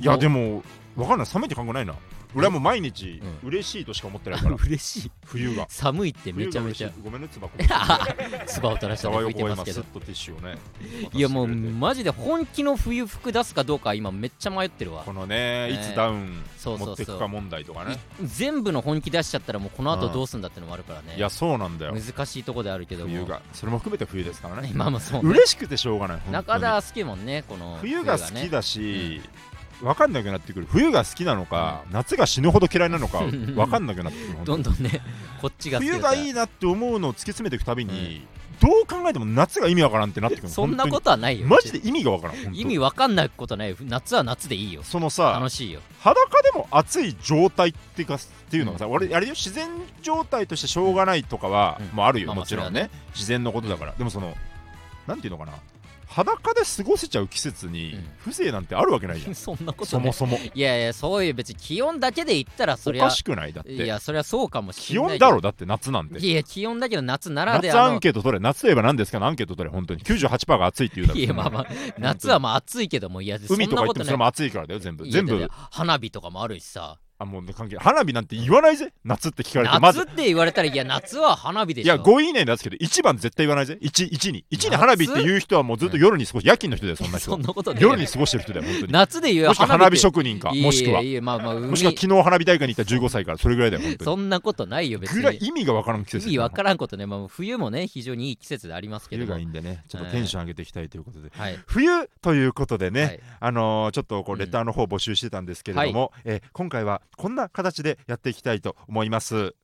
Speaker 2: いや
Speaker 1: もう
Speaker 2: でもわかんない寒いって感覚ないな俺はもう毎日
Speaker 1: う
Speaker 2: 嬉しいとしか思ってないから
Speaker 1: 嬉しい
Speaker 2: 冬が
Speaker 1: 寒いってめちゃめちゃ
Speaker 2: 冬が嬉しいごめんね つば
Speaker 1: 唾を
Speaker 2: こ
Speaker 1: 垂らした
Speaker 2: ざ
Speaker 1: の吹
Speaker 2: わよ
Speaker 1: いて
Speaker 2: こ
Speaker 1: ます
Speaker 2: 今
Speaker 1: け
Speaker 2: ス
Speaker 1: ど
Speaker 2: ッとティッシュをね
Speaker 1: いやもう
Speaker 2: 渡してくれて
Speaker 1: マジで本気の冬服出すかどうか今めっちゃ迷ってるわ
Speaker 2: このねい
Speaker 1: ね
Speaker 2: つダウン
Speaker 1: そうそ
Speaker 2: 持
Speaker 1: うそ
Speaker 2: って
Speaker 1: う
Speaker 2: くか問題とかね
Speaker 1: 全部の本気出しちゃったらもうこの後どうすんだってのもあるからね、
Speaker 2: いやそうなんだよ
Speaker 1: 難しいとこであるけども
Speaker 2: 冬がそれも含めて冬ですからね
Speaker 1: まあまあそう
Speaker 2: 嬉しくてしょうがない本当に
Speaker 1: 中田は好きもんねこの
Speaker 2: 冬が好き
Speaker 1: ね
Speaker 2: だし、わかんなくなってくる冬が好きなのか、夏が死ぬほど嫌いなのか
Speaker 1: うん
Speaker 2: わかんなくなってくる
Speaker 1: どんどんねこっちが好き
Speaker 2: 冬
Speaker 1: だ
Speaker 2: が
Speaker 1: から
Speaker 2: いいなって思うのを突き詰めていくたびに、どう考えても夏が意味わからんってなってくる
Speaker 1: そんなこととはないよ
Speaker 2: マジで意味がわからん本当
Speaker 1: 意味わかんないことないよ夏は夏でいいよ
Speaker 2: そのさ
Speaker 1: 楽しいよ
Speaker 2: 裸でも暑い状態っていうかっていうのがさ、俺あれよ自然状態としてしょうがないとかは、
Speaker 1: うん
Speaker 2: もうあるよ、
Speaker 1: まあまあ
Speaker 2: もちろん
Speaker 1: それは
Speaker 2: ね自然のことだから、でもそのなんていうのかな裸で過ごせちゃう季節
Speaker 1: う
Speaker 2: に
Speaker 1: ん
Speaker 2: 風情なんてあるわけないじゃ ん、
Speaker 1: そんなこと
Speaker 2: そ
Speaker 1: ね
Speaker 2: もそも
Speaker 1: いやいやそういう別に気温だけで言ったらそ
Speaker 2: お
Speaker 1: りゃ
Speaker 2: かしくないだって
Speaker 1: いやそりゃそうかもし
Speaker 2: 気
Speaker 1: れない
Speaker 2: 温
Speaker 1: けど
Speaker 2: だろだって夏なんて
Speaker 1: いや気温だけど夏ならで
Speaker 2: 夏ア
Speaker 1: あ
Speaker 2: ン
Speaker 1: の
Speaker 2: ケート取れ夏といえば何ですかのアンケート取れ本当に98%が暑いって言うだろ
Speaker 1: いやまあまあ夏はまあ暑いけどもいやそん
Speaker 2: 海と
Speaker 1: な
Speaker 2: か行
Speaker 1: こ
Speaker 2: って
Speaker 1: と
Speaker 2: も
Speaker 1: な
Speaker 2: そ
Speaker 1: い
Speaker 2: れも暑いからだよ全部
Speaker 1: いや
Speaker 2: 全
Speaker 1: だっ
Speaker 2: 部
Speaker 1: て花火とかもあるしさ
Speaker 2: あもう関係花火なんて言わないぜ夏って聞かれてま
Speaker 1: 夏っ
Speaker 2: ず
Speaker 1: て言われたらいや夏は花火で
Speaker 2: い
Speaker 1: しょ
Speaker 2: や5位以内ですけど1番絶対言わないぜ11に1に花火って言う人はもうずっと夜に過ごし夜勤の人だよそん な
Speaker 1: そ
Speaker 2: 人
Speaker 1: んなことねえよ
Speaker 2: 夜に過ごしてる人だよ本当に
Speaker 1: 夏で言う
Speaker 2: もしくは花火
Speaker 1: 職
Speaker 2: 職人かもしくはい
Speaker 1: やいやまあまあ海
Speaker 2: もしくは昨日花火大会に行った15歳からそれぐらいだよ本当
Speaker 1: そ
Speaker 2: に
Speaker 1: んなことないよ別
Speaker 2: ぐらい
Speaker 1: に
Speaker 2: 意味がわからん季
Speaker 1: 意
Speaker 2: 節
Speaker 1: 味わからんことね、まあ、冬もね非常にいい季節でありますけど
Speaker 2: 冬
Speaker 1: も
Speaker 2: がいいんでねちょっとテンション上げていきたいということで
Speaker 1: はい、
Speaker 2: 冬ということでね、
Speaker 1: はい
Speaker 2: あのーちょっとこ
Speaker 1: う
Speaker 2: うんレターの方募集してたんですけれども、えー今回はこんな形でやっていきたいと思います。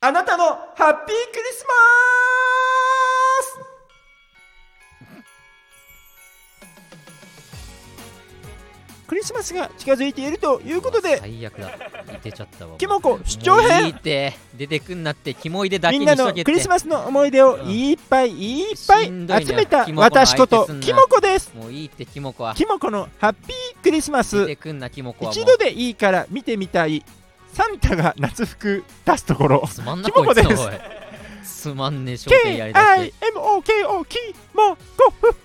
Speaker 3: あなたのハッピークリスマス
Speaker 2: クリスマスが近づいているということ
Speaker 1: うわ
Speaker 2: で、
Speaker 1: 最悪だ出ちゃったわ
Speaker 2: キモコ主
Speaker 1: も
Speaker 2: 張
Speaker 1: ういい
Speaker 2: 編
Speaker 1: って出てくんなってキモいでだけ
Speaker 2: みん
Speaker 1: に
Speaker 2: な
Speaker 1: しと
Speaker 2: の
Speaker 1: けって
Speaker 2: クリスマスの思い出をいっぱいいっぱい集めた
Speaker 1: しんどいな
Speaker 2: 私こと
Speaker 1: キ
Speaker 2: キ
Speaker 1: モ
Speaker 2: モ
Speaker 1: コ
Speaker 2: コです
Speaker 1: もういいってキモコは
Speaker 2: キモコのハッピークリスマ
Speaker 1: 出
Speaker 2: ス
Speaker 1: てくんなキモコはもう
Speaker 2: 一度でいいから見てみたいサンタが夏服出すところ
Speaker 1: つまんな
Speaker 2: キモ
Speaker 1: こ
Speaker 2: コ
Speaker 1: いつ
Speaker 2: です
Speaker 1: おいつまんねえ商店やりだして
Speaker 2: KIMOKO キモコフフ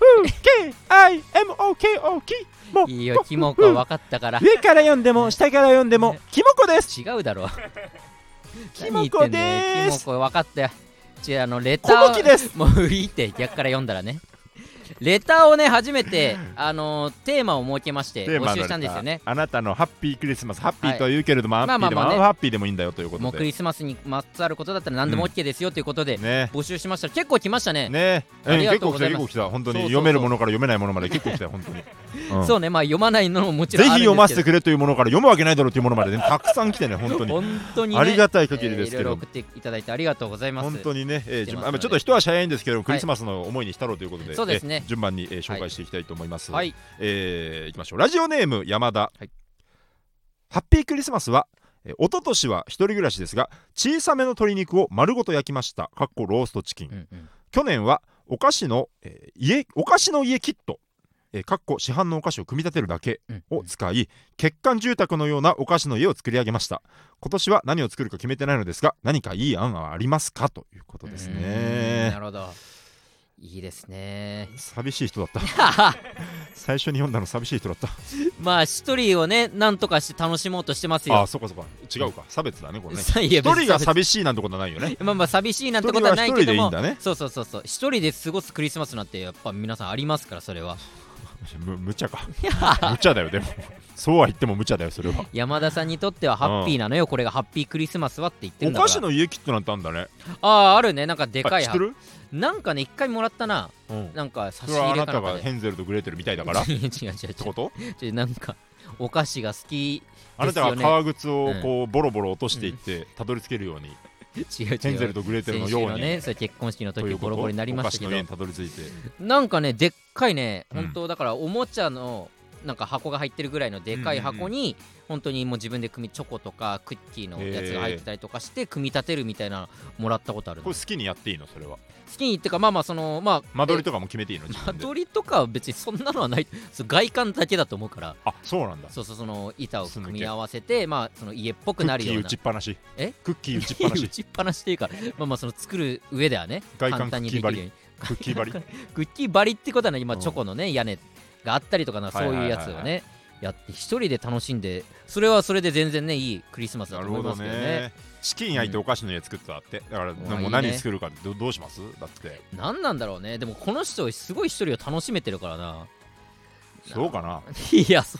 Speaker 2: KIMOKO キモコ
Speaker 1: いいよキモコは分かったから
Speaker 2: 上から読んでも下から読んでも
Speaker 1: ね
Speaker 2: キモコです
Speaker 1: 違うだろ
Speaker 2: キモ
Speaker 1: 何言っ
Speaker 2: コ
Speaker 1: てんだよ
Speaker 2: で
Speaker 1: キモ
Speaker 2: す
Speaker 1: コ分かったよじゃああのレタ
Speaker 2: 小
Speaker 1: ー
Speaker 2: 牧です
Speaker 1: もういいって逆から読んだらねレターをね初めてあのテーマを設けまして募集したんですよね
Speaker 2: あなたのハッピークリスマスハッピ
Speaker 1: はい
Speaker 2: ーとは言うけれどもハ
Speaker 1: まあ
Speaker 2: ッピ
Speaker 1: まあま
Speaker 2: ーでも
Speaker 1: あね
Speaker 2: アンハッピーでもいいんだよというこ
Speaker 1: も
Speaker 2: と
Speaker 1: うク
Speaker 2: で
Speaker 1: リスマスにまつわることだったら何でも OK ですよということで、
Speaker 2: ね
Speaker 1: 募集しましたら結構来ましたね
Speaker 2: ね
Speaker 1: あ
Speaker 2: うん
Speaker 1: りが
Speaker 2: 結
Speaker 1: とう
Speaker 2: 構
Speaker 1: ご
Speaker 2: 来
Speaker 1: ざ
Speaker 2: た
Speaker 1: いま
Speaker 2: 結
Speaker 1: す
Speaker 2: 構来た本当
Speaker 1: そうそ
Speaker 2: に
Speaker 1: うそう
Speaker 2: 読めるものから読めないものまで結構来たよ本当 にうん
Speaker 1: そうねまあ読まないのももち
Speaker 2: ぜ
Speaker 1: ろ
Speaker 2: ひ
Speaker 1: んあるんですけど
Speaker 2: 読ませてくれというものから読むわけないだろうというものまでねたくさん来てね本当に
Speaker 1: 本当にね
Speaker 2: ありがたい限りです
Speaker 1: えーい
Speaker 2: け
Speaker 1: ろいろ
Speaker 2: ど
Speaker 1: 送っていただいてありがとうございます
Speaker 2: 本当にね、えー
Speaker 1: 来て
Speaker 2: 順
Speaker 1: ますので
Speaker 2: 番あちょっと一足早いんですけど、クリスマスの思いに浸ろうということで、
Speaker 1: そうですね
Speaker 2: えー順番に、えー
Speaker 1: はい
Speaker 2: 紹介していきたいと思います。
Speaker 1: はい
Speaker 2: えーいきましょう。ラジオネーム、山田。
Speaker 1: はい
Speaker 2: ハッピークリスマスは、えー一昨年は一人暮らしですが、小さめの鶏肉を丸ごと焼きました。かっこローストチキン。
Speaker 1: うんうん
Speaker 2: 去年は、お菓子の、えー家、お菓子の家キット。えーかっこ市販のお菓子を組み立てるだけ
Speaker 1: うん
Speaker 2: を使い欠陥住宅のようなお菓子の家を作り上げました今年は何を作るか決めてないのですが何かいい案はありますかということです
Speaker 1: うん
Speaker 2: ね
Speaker 1: なるほどいいですね
Speaker 2: 寂しい人だった 最初に読んだの寂しい人だった
Speaker 1: まあ一人をねなんとかして楽しもうとしてます
Speaker 2: あ
Speaker 1: よ
Speaker 2: あそうかそうか違うか差別だねこれね
Speaker 1: さい
Speaker 2: 一
Speaker 1: や別に
Speaker 2: 人が寂しいなんてことはないよね
Speaker 1: まあまあ寂しいなんてことはないけど
Speaker 2: 一人
Speaker 1: も
Speaker 2: は一人でいいんだね
Speaker 1: そうそうそうそう一人で過ごすクリスマスなんてやっぱ皆さんありますからそれは
Speaker 2: むむちゃかむちゃだよでもそうは言っても無茶だよそれは
Speaker 1: 山田さんにとってはハッピーなのよ、これがハッピークリスマスはって言ってる
Speaker 2: お
Speaker 1: んだから
Speaker 2: 菓子の家キットなんてあんだね
Speaker 1: あああるねなんかでか
Speaker 2: あ
Speaker 1: い
Speaker 2: 知っ
Speaker 1: は
Speaker 2: てる
Speaker 1: なんかね一回もらったな
Speaker 2: うん
Speaker 1: なんか差
Speaker 2: そ
Speaker 1: し
Speaker 2: れは
Speaker 1: 入
Speaker 2: あ
Speaker 1: れ
Speaker 2: な
Speaker 1: かな
Speaker 2: た
Speaker 1: んか
Speaker 2: が
Speaker 1: で
Speaker 2: ヘンゼルとグレーテルみたい だからっ
Speaker 1: 違う違う違う
Speaker 2: てこと
Speaker 1: 違うなんかお菓子が好き
Speaker 2: あなたが革靴をこうボロボロ落としていってたどり着けるように
Speaker 1: 違う違う
Speaker 2: ヘンゼルとグレーテル
Speaker 1: 先
Speaker 2: の
Speaker 1: 週
Speaker 2: よう
Speaker 1: の
Speaker 2: に
Speaker 1: ねそれ結婚式の
Speaker 2: とい
Speaker 1: 時
Speaker 2: うこ
Speaker 1: ボ
Speaker 2: と
Speaker 1: ロボロになりました
Speaker 2: お菓子の家
Speaker 1: け
Speaker 2: に
Speaker 1: ど
Speaker 2: たどり着いて
Speaker 1: なんかねでっかいね
Speaker 2: うん
Speaker 1: 本当だからおもちゃのなんか箱が入ってるぐらいのでかい箱に本当にもう自分で組みチョコとかクッキーのやつが入ってたりとかして組み立てるみたいなのもらったことある
Speaker 2: こ
Speaker 1: の
Speaker 2: れ
Speaker 1: 好
Speaker 2: 好きにやっていいのそれは
Speaker 1: きにってかまあまあそのまあ
Speaker 2: 間取りとかも決めていいの自
Speaker 1: 間
Speaker 2: 分で
Speaker 1: 取りとかは別にそんなのはないそう外観だけだと思うから
Speaker 2: あそうなんだ
Speaker 1: そうそうその板を
Speaker 2: す抜け
Speaker 1: 組み合わせてまあその家っぽ
Speaker 2: ク
Speaker 1: くな
Speaker 2: ッ
Speaker 1: る
Speaker 2: キ
Speaker 1: よう
Speaker 2: ー
Speaker 1: な
Speaker 2: 打ちっぱなし
Speaker 1: え
Speaker 2: クッキー打ちっぱ な
Speaker 1: 打
Speaker 2: し
Speaker 1: ちっぱなしっていうかまあまあその作る上ではね
Speaker 2: 外
Speaker 1: 簡
Speaker 2: 観ク
Speaker 1: 単
Speaker 2: ッ
Speaker 1: に
Speaker 2: キ
Speaker 1: で
Speaker 2: ー
Speaker 1: き
Speaker 2: 張
Speaker 1: るよう
Speaker 2: り
Speaker 1: に
Speaker 2: クッキ ー張り
Speaker 1: クッキー張りってことはね今
Speaker 2: うん
Speaker 1: チョコのね屋根があったりとかなそ
Speaker 2: はいうはい
Speaker 1: い
Speaker 2: は
Speaker 1: うや
Speaker 2: いはい
Speaker 1: つをねやって一人で楽しんでそれはそれで全然ねいいクリスマスだ
Speaker 2: な
Speaker 1: と
Speaker 2: る
Speaker 1: 思
Speaker 2: ほ
Speaker 1: います
Speaker 2: ど
Speaker 1: けどね
Speaker 2: ねチキン焼いてお菓子の家作ったってだから
Speaker 1: ん
Speaker 2: もう
Speaker 1: いい
Speaker 2: 何
Speaker 1: ね
Speaker 2: 作るかってどどうしますだって
Speaker 1: 何なんだろうねでもこの人すごい一人を楽しめてるからな
Speaker 2: そうかない
Speaker 1: やそ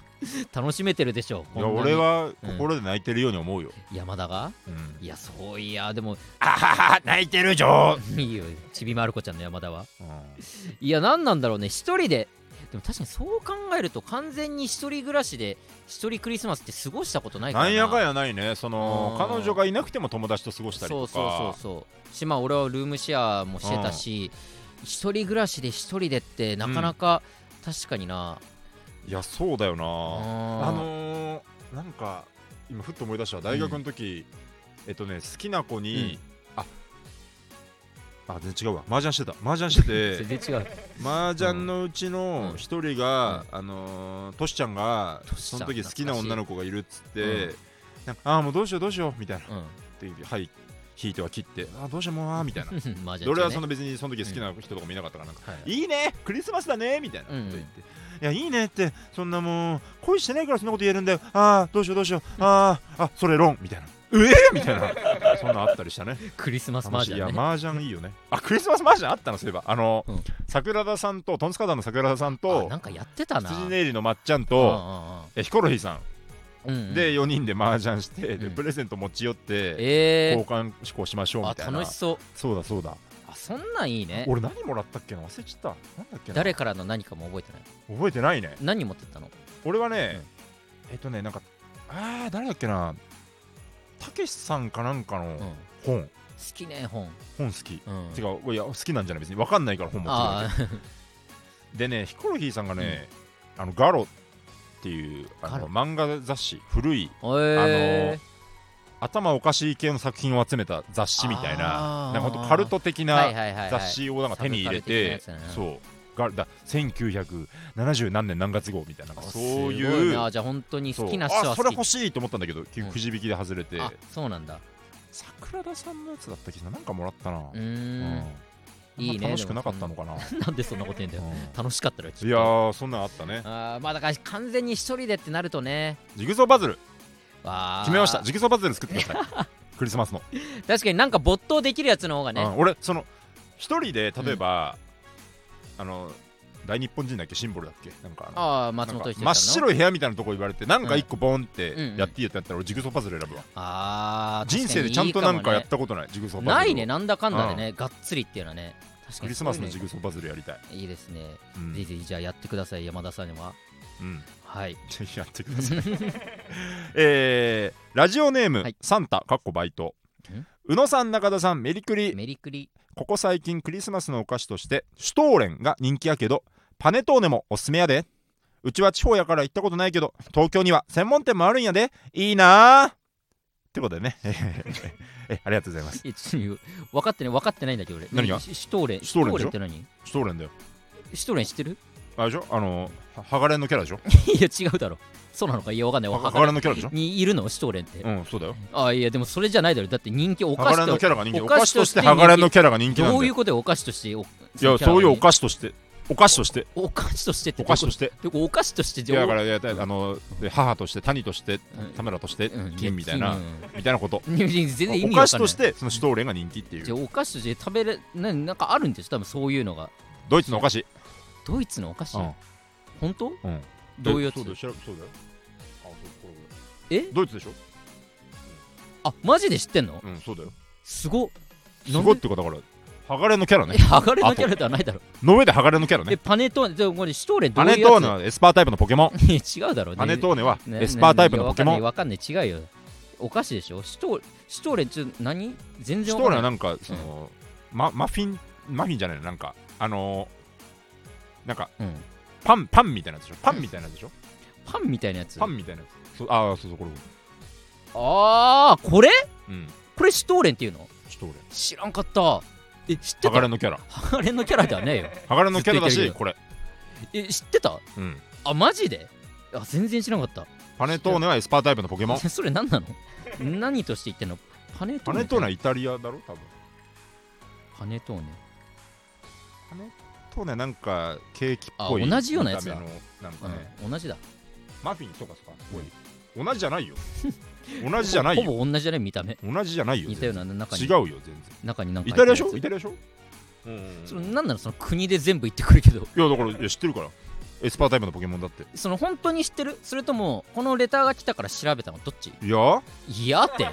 Speaker 1: 楽しめてるでしょ
Speaker 2: い
Speaker 1: こ
Speaker 2: や
Speaker 1: んなに
Speaker 2: 俺は心で泣いてるように思うよ
Speaker 1: 山田が
Speaker 2: うん
Speaker 1: いやそういやでも
Speaker 2: あはは泣いてるじゃん
Speaker 1: いいよちびまる子ちゃんの山田はいや何なんだろうね一人ででも確かにそう考えると完全に一人暮らしで一人クリスマスって過ごしたことないから
Speaker 2: な
Speaker 1: なん
Speaker 2: やかんやないねその
Speaker 1: うん
Speaker 2: 彼女がいなくても友達と過ごしたりとか
Speaker 1: そうそうそうそうしまあ俺はルームシェアもしてたし、一人暮らしで一人でってなかなか、確かにない
Speaker 2: やそうだよ
Speaker 1: あ
Speaker 2: なあのー、なんか今ふっと思い出した大学の時、えっとね好きな子に、ああ全然違うわ麻雀してた麻雀して て
Speaker 1: 全然違う
Speaker 2: 麻雀のうちの一人が、あのー、トシちゃんが
Speaker 1: トシちゃ
Speaker 2: そ
Speaker 1: ん
Speaker 2: の時好きな女の子がいるっつって、
Speaker 1: 懐か
Speaker 2: なんかああもうどうしようどうしようみたいなっ
Speaker 1: うん
Speaker 2: てはい引いては切ってああどうしようもうああみたいな
Speaker 1: マージャン中ね
Speaker 2: で俺はその別にその時好きな人とかもいなかったからなんか、
Speaker 1: はい
Speaker 2: いねクリスマスだねみたいなこと言って、
Speaker 1: うん
Speaker 2: いやいいねってそんなもう恋してないからそんなこと言えるんだよああどうしようどうしようあああそれ論みたいなうえみたいな そんなあったりしたね
Speaker 1: クリスマスマージャ
Speaker 2: 楽しい
Speaker 1: ン、
Speaker 2: い
Speaker 1: ね、
Speaker 2: や麻雀いいよねあクリスマスマージャンあったのそういえばあの、
Speaker 1: うん
Speaker 2: 桜田さんとトンツカダンの桜田さん
Speaker 1: あ
Speaker 2: と
Speaker 1: なんかやってたな
Speaker 2: 辻ネイリのまっちゃん
Speaker 1: うん
Speaker 2: と、えヒコロヒーさ、
Speaker 1: うんうんうんうんん
Speaker 2: で4人で麻雀して、で
Speaker 1: うん
Speaker 2: プレゼント持ち寄って、
Speaker 1: えー
Speaker 2: 交換しこうしましょうみ
Speaker 1: あ
Speaker 2: たいな
Speaker 1: 楽しそう
Speaker 2: そうだそうだ
Speaker 1: あそんなんいいね
Speaker 2: 俺何もらったっけな忘れちゃったなんだっけな
Speaker 1: 誰からの何かも覚えてない
Speaker 2: 覚えてないね
Speaker 1: 何持ってったの
Speaker 2: 俺はね、えっとねなんかあー誰だっけなたけしさんかなんか
Speaker 1: うん
Speaker 2: の
Speaker 1: 好
Speaker 2: 本、
Speaker 1: きね本
Speaker 2: 本好き、
Speaker 1: うん
Speaker 2: てかいや好きなんじゃない別に分かんないから本持ってくるだ
Speaker 1: あー
Speaker 2: けでねヒコロヒーさんがね、あのガロっていうあ
Speaker 1: ガロ
Speaker 2: の漫画雑誌古い
Speaker 1: え
Speaker 2: 頭おかしい系の作品を集めた雑誌みたいな
Speaker 1: あー
Speaker 2: なんかほんとカルト的
Speaker 1: ーはい
Speaker 2: な
Speaker 1: はいはいはい
Speaker 2: 雑誌をなんか手に入れて、
Speaker 1: サブカル的なやつだ
Speaker 2: そうガだ1970何年何月号みたいななんかそういう
Speaker 1: あじゃあ本当に
Speaker 2: そう
Speaker 1: 好きな人
Speaker 2: あ
Speaker 1: は好
Speaker 2: それ
Speaker 1: き
Speaker 2: 欲しいと思ったんだけど、結局くじ引きで外れて
Speaker 1: あそうなんだ
Speaker 2: 桜田さんのやつだったっけななんかもらったな
Speaker 1: うー、
Speaker 2: うん
Speaker 1: いいね
Speaker 2: 楽しくなかったのかな、
Speaker 1: なん でそんなこと言うんだよ
Speaker 2: う
Speaker 1: 楽しかったらきっと
Speaker 2: んいやーそんなんあったね
Speaker 1: あーまあだから完全に一人でってなるとね
Speaker 2: ジグソーパズル
Speaker 1: わー
Speaker 2: 決めましたジグソーパズル作ってください クリスマスの、
Speaker 1: 確かになんか没頭できるやつの方が
Speaker 2: う
Speaker 1: ね
Speaker 2: ん俺その一人で例えば、あの大日本人だっけシンボルだっけなんかあの
Speaker 1: ああ
Speaker 2: な
Speaker 1: 松
Speaker 2: ん
Speaker 1: 本
Speaker 2: か
Speaker 1: 人志さん
Speaker 2: 真
Speaker 1: の
Speaker 2: っ白い部屋みたいなとこ言われてなんか一個ボ
Speaker 1: う
Speaker 2: ンっ
Speaker 1: んう
Speaker 2: て
Speaker 1: ん
Speaker 2: やっていいやつだったら俺ジグソーパズル選ぶわ、
Speaker 1: あー
Speaker 2: 人生でちゃんとなんかやっ
Speaker 1: 確
Speaker 2: たことないジグ
Speaker 1: か
Speaker 2: ソー
Speaker 1: にいいかもね
Speaker 2: パズルを
Speaker 1: ないねなんだかんだでねがっつりっていうのはね確かに
Speaker 2: クリスマスのジ
Speaker 1: そういう
Speaker 2: グソーパズルやりたい、
Speaker 1: のいいですね
Speaker 2: うん
Speaker 1: ぜひぜひじゃあやってください山田さんには
Speaker 2: うん
Speaker 1: はい
Speaker 2: ぜひやってください。 えーラジオネーム、
Speaker 1: はい
Speaker 2: サンタかっこバイト
Speaker 1: ん。
Speaker 2: 宇野さん、中田さん、メリクリ。
Speaker 1: メリクリ
Speaker 2: ここ最近クリスマスのお菓子としてシュトーレンが人気やけど、パネトーネもおすすめやで。うちは地方やから行ったことないけど、東京には専門店もあるんやで。いいなあってことで ね。えーえありがとうございます。
Speaker 1: えちょっと分かってね分かってないんだけど俺
Speaker 2: 何が
Speaker 1: シュトーレン
Speaker 2: シュトーレンでしょ
Speaker 1: って何
Speaker 2: シュトーレンだよ。
Speaker 1: シュトーレン知ってる
Speaker 2: あれでしょあの、はハガレンのキャラでしょ
Speaker 1: いや違うだろそうなのかいやわかんない
Speaker 2: ハ
Speaker 1: わ
Speaker 2: ハ
Speaker 1: かんない
Speaker 2: ガレンのキャ ラでしょ
Speaker 1: にいるのシュトーレンって、
Speaker 2: うん、そうだよ。
Speaker 1: あいやでもそれじゃないだろだって人気お
Speaker 2: ハ
Speaker 1: 菓
Speaker 2: ガレンの
Speaker 1: 子
Speaker 2: キ
Speaker 1: と
Speaker 2: ャラが人気。
Speaker 1: お
Speaker 2: お
Speaker 1: 菓
Speaker 2: 菓
Speaker 1: 子
Speaker 2: 子
Speaker 1: と
Speaker 2: と
Speaker 1: し
Speaker 2: しててハガレンのキャラが人気なんだ
Speaker 1: ど
Speaker 2: よ
Speaker 1: うい。うことよお菓子としてお
Speaker 2: いや、そういうお
Speaker 1: 子
Speaker 2: 菓子として、お菓子として、
Speaker 1: お菓子としてって
Speaker 2: お菓子として。
Speaker 1: どういうことお菓子として
Speaker 2: い
Speaker 1: じゃ
Speaker 2: や
Speaker 1: あ
Speaker 2: だからいやだあので母として、谷として
Speaker 1: うん、
Speaker 2: 田村として
Speaker 1: うん、
Speaker 2: 金みたいな、
Speaker 1: 金
Speaker 2: みたいなこと。
Speaker 1: うんいや全然意味わかん
Speaker 2: お
Speaker 1: ない
Speaker 2: 菓子として、そのシュトーレンが人気ってい
Speaker 1: じゃ
Speaker 2: う。
Speaker 1: あお菓子として食べれななんかあるんです多分そういうのが
Speaker 2: ドイツのお菓子。
Speaker 1: ドイツのお菓子、
Speaker 2: うん
Speaker 1: 本当
Speaker 2: うん
Speaker 1: どういうやつ
Speaker 2: そうだよ、そうだよ。
Speaker 1: え
Speaker 2: ドイツでしょ
Speaker 1: あマジで知ってんの
Speaker 2: うんそうだよ
Speaker 1: すごっ
Speaker 2: すごいってことだから剥がれのキャラ
Speaker 1: え
Speaker 2: ね
Speaker 1: 剥がれのキャラではないだろ
Speaker 2: の上で剥がれのキャラ
Speaker 1: え
Speaker 2: ね
Speaker 1: パネトーネでもこれシュトーレンど
Speaker 2: パ
Speaker 1: ういうや
Speaker 2: ネ
Speaker 1: つ
Speaker 2: トーネはエスパータイプのポケモン
Speaker 1: いや違うだろ
Speaker 2: パネ
Speaker 1: ー
Speaker 2: トーネは
Speaker 1: ね
Speaker 2: エスパータイプのポケモ
Speaker 1: いや
Speaker 2: ン
Speaker 1: わかんないわかんない違うよお菓子でしょシュトーシュトーレンちょ何全
Speaker 2: シ
Speaker 1: 然
Speaker 2: ュ
Speaker 1: わかん
Speaker 2: トーレ
Speaker 1: な
Speaker 2: はいなんかそのママフィンマフィンじゃないのなんかあのーなんか
Speaker 1: うん、
Speaker 2: パンパンみたいなやつでしょパンみたいなやつでしょ
Speaker 1: パンみたいなやつ
Speaker 2: パンみたいなやつそうああそうそうこれこ
Speaker 1: あーこれ
Speaker 2: れうん
Speaker 1: これシュトーレンっていうの
Speaker 2: シュトーレ
Speaker 1: 知らんかったえ知って
Speaker 2: 剥がれ
Speaker 1: た
Speaker 2: のキャラ
Speaker 1: 剥がれのキャラではねえよ
Speaker 2: 剥がれのキャラだ
Speaker 1: ずっとい
Speaker 2: し
Speaker 1: ける
Speaker 2: これ
Speaker 1: え知ってた
Speaker 2: うん
Speaker 1: あマジであ全然知らなかった
Speaker 2: パネトーネはエスパータイプのポケモ ン
Speaker 1: それ何なの何として言ってんのパネト
Speaker 2: パ
Speaker 1: ーネ
Speaker 2: ネトーネはイタリアだろ多分
Speaker 1: パネトーネ
Speaker 2: トーネなんかケーキっ
Speaker 1: あ
Speaker 2: ぽい
Speaker 1: 同じようなやつだ
Speaker 2: 見た目のなんかね
Speaker 1: うん、同じだ
Speaker 2: マフィンとかとかおい同じじゃないよ 同じじゃない
Speaker 1: ほ
Speaker 2: よ
Speaker 1: ぼ同じじゃない見た目
Speaker 2: 同じじゃないよ
Speaker 1: 似たよう
Speaker 2: 全
Speaker 1: な中
Speaker 2: 然違
Speaker 1: に
Speaker 2: うよ全
Speaker 1: 中になんか
Speaker 2: 然イタリアでしょ
Speaker 1: 入
Speaker 2: イ
Speaker 1: っ
Speaker 2: タ
Speaker 1: てる
Speaker 2: リアでしょうんうんうん
Speaker 1: やつそのなんなのその国で全部言ってくるけど
Speaker 2: いやだからいや知ってるからエスパータイムのポケモンだって
Speaker 1: その本当に知ってるそれともこのレターが来たから調べたのどっち
Speaker 2: いや
Speaker 1: いやって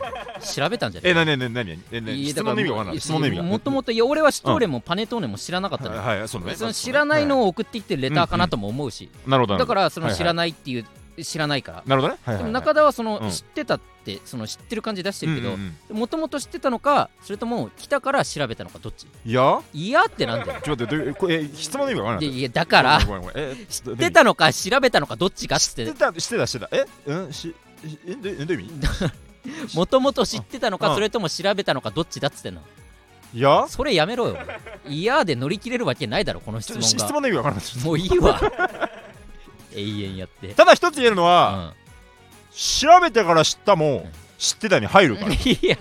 Speaker 1: 調べたんじゃね
Speaker 2: えなになになにえなに
Speaker 1: いや
Speaker 2: 質
Speaker 1: だから
Speaker 2: 問の意味がわからない質問の意味が
Speaker 1: もともといや俺はシュトーレンもパネトーネも知らなかったのよ、
Speaker 2: はいはいそうね
Speaker 1: その知らないのを送ってきてるレターかなとも思うし、
Speaker 2: なるほど
Speaker 1: だかららその
Speaker 2: はいはい
Speaker 1: 知らないっていう、知らないから
Speaker 2: なるほどねはい
Speaker 1: で
Speaker 2: は
Speaker 1: も
Speaker 2: い
Speaker 1: 中田はその
Speaker 2: うん
Speaker 1: 知ってたってその知ってる感じ出してるけ
Speaker 2: う
Speaker 1: ど
Speaker 2: んうんうん
Speaker 1: もともと知ってたのかそれとも来たから調べたのかどっち
Speaker 2: いや
Speaker 1: いやってなんだよ
Speaker 2: ちょっと待ってどういうこれえ質問の意味がわから
Speaker 1: で
Speaker 2: ない
Speaker 1: いやだから
Speaker 2: ごめんごめんごめんえ
Speaker 1: 知ってたのか調べたのかどっちかっつ
Speaker 2: 知
Speaker 1: っ
Speaker 2: っててた知ってた知ってたえうんししえどえどういう意味
Speaker 1: もともと知ってたの
Speaker 2: う
Speaker 1: か
Speaker 2: ん
Speaker 1: それとも調べたのかどっちだっつってんの
Speaker 2: いや
Speaker 1: それやめろよいやで乗り切れるわけないだろこの質
Speaker 2: ちょ
Speaker 1: 問
Speaker 2: 質
Speaker 1: が
Speaker 2: 問の意味がわからない
Speaker 1: もういいわ永遠やって
Speaker 2: ただ一つ言えるの
Speaker 1: う
Speaker 2: は
Speaker 1: ん
Speaker 2: 調べてから知ったも知ってたに入るから
Speaker 1: いや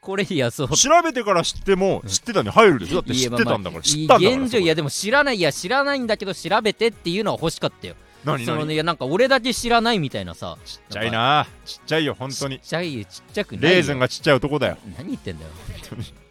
Speaker 1: これいやそう
Speaker 2: 調べてから知っても知ってたに入るでしょだって知ってたんだから知ったんだから
Speaker 1: 現状いやでも知らないいや知らないんだけど調べてっていうのは欲しかったよ
Speaker 2: 何
Speaker 1: そのね
Speaker 2: 何
Speaker 1: いやなんか俺だけ知らないみたいなさ
Speaker 2: ちっちゃいなちっちゃいよ本当に
Speaker 1: ちっちゃいよちっちゃくないよ
Speaker 2: レーズンがちっちゃい男だよ
Speaker 1: 何言ってんだよ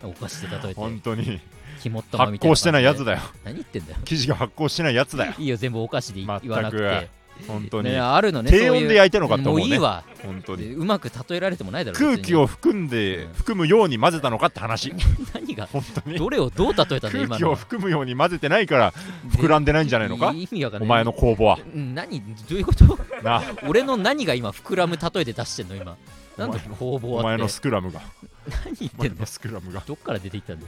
Speaker 1: お菓子で例え
Speaker 2: 本
Speaker 1: て
Speaker 2: 当に
Speaker 1: ひもっとま
Speaker 2: 発
Speaker 1: みたいな
Speaker 2: 酵してないやつ
Speaker 1: だ
Speaker 2: だよ
Speaker 1: 何言ってんだよ
Speaker 2: 生地が発酵してないや つだよ
Speaker 1: いいよ全部お菓子でい
Speaker 2: 全く
Speaker 1: 言わなくて
Speaker 2: 本当に
Speaker 1: ねあるのね
Speaker 2: 低温で焼い
Speaker 1: た
Speaker 2: てるのかと思う
Speaker 1: もうい
Speaker 2: ね
Speaker 1: いわ
Speaker 2: 本当に
Speaker 1: でうまく例えられてもないだろ
Speaker 2: 空気を含んで
Speaker 1: うん
Speaker 2: 含むように混ぜたのかって話
Speaker 1: 別に何が
Speaker 2: 本当に
Speaker 1: どれをどう例えたんだ
Speaker 2: 空
Speaker 1: 今
Speaker 2: 気
Speaker 1: の
Speaker 2: を含むように混ぜてないから膨らんでないんじゃないのか
Speaker 1: 意味わかんな
Speaker 2: お
Speaker 1: い
Speaker 2: 前の工房は
Speaker 1: うん何どういうこと
Speaker 2: な
Speaker 1: 俺の何が今膨らむ例えで出してんの今なんで方
Speaker 2: お
Speaker 1: 々あ
Speaker 2: 前
Speaker 1: って
Speaker 2: のスクラムが
Speaker 1: 何言っ
Speaker 2: お前
Speaker 1: てんだ
Speaker 2: の
Speaker 1: よ
Speaker 2: スクラムが
Speaker 1: どっから出てきたんだよ